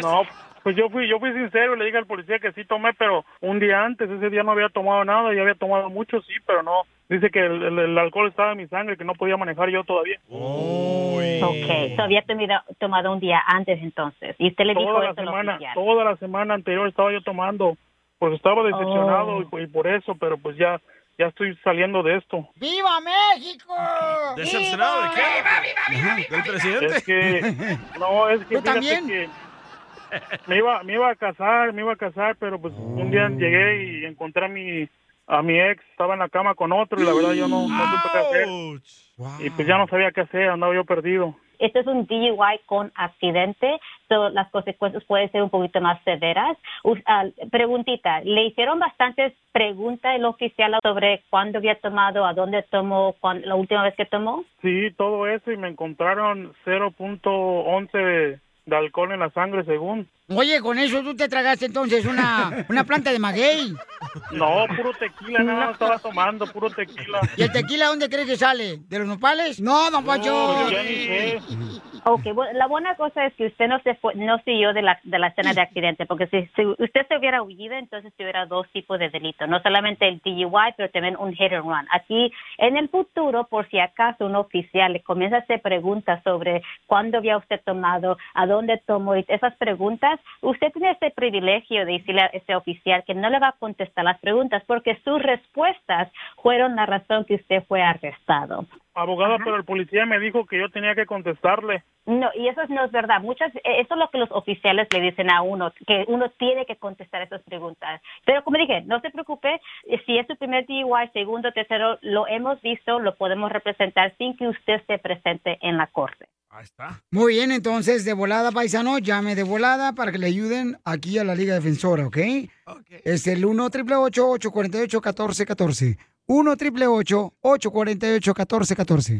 W: No, pues yo fui, yo fui sincero y le dije al policía que sí tomé, pero un día antes, ese día no había tomado nada, ya había tomado mucho, sí, pero no. Dice que el, el- el alcohol estaba en mi sangre, que no podía manejar yo todavía.
T: Ok, so había tomido- tomado un día antes entonces. Y usted le
W: toda
T: dijo
W: la
T: eso a los
W: semana,
T: oficiales.
W: toda la semana anterior estaba yo tomando, pues estaba decepcionado
T: Oh.
W: y, pues, y por eso, pero pues ya, ya estoy saliendo de esto.
B: ¡Viva México!
W: ¿Decepcionado de
B: ¡Viva!
W: qué?
B: ¡Viva, viva, viva, viva!
W: ¿Del
B: presidente?
W: Es que, no, es que
B: Yo
W: fíjate
B: Pues también.
W: que me iba, me iba a casar, me iba a casar, pero pues un día llegué y encontré a mi, a mi ex, estaba en la cama con otro y la verdad yo no, no supe qué hacer. Y pues ya no sabía qué hacer, andaba yo perdido.
T: Este es un DUI con accidente, so las consecuencias pueden ser un poquito más severas. U- ah, preguntita, le hicieron bastantes preguntas el oficial sobre cuándo había tomado, a dónde tomó, cuán- la última vez que tomó.
W: Sí, todo eso y me encontraron 0.11 de, de alcohol en la sangre según.
B: Oye, con eso tú te tragaste entonces una, una planta de maguey.
W: No, puro tequila, nada más estaba tomando, puro tequila.
B: ¿Y el tequila dónde crees que sale? ¿De los nopales? No, don Pacho.
W: ya Pues ni sé.
T: Ok, bueno, la buena cosa es que usted no se fue- no siguió de la, de la escena de accidente, porque si, si usted se hubiera huido, entonces tuviera dos tipos de delitos, no solamente el DUI, pero también un hit and run. Aquí, en el futuro, por si acaso un oficial le comienza a hacer preguntas sobre cuándo había usted tomado, a dónde tomó, y esas preguntas, usted tiene ese privilegio de decirle a ese oficial que no le va a contestar las preguntas, porque sus respuestas fueron la razón que usted fue arrestado.
W: Abogada, pero el policía me dijo que yo tenía que contestarle.
T: No, y eso no es verdad. Muchas, eh, eso es lo que los oficiales le dicen a uno, que uno tiene que contestar esas preguntas. Pero como dije, no se preocupe, eh, si es su primer DUI, segundo, tercero, lo hemos visto, lo podemos representar sin que usted se presente en la corte.
B: Muy bien, entonces, de volada, paisano, llame de volada para que le ayuden aquí a la Liga Defensora, ¿ok? Es el 1 888 848 1414 1 888 848 1414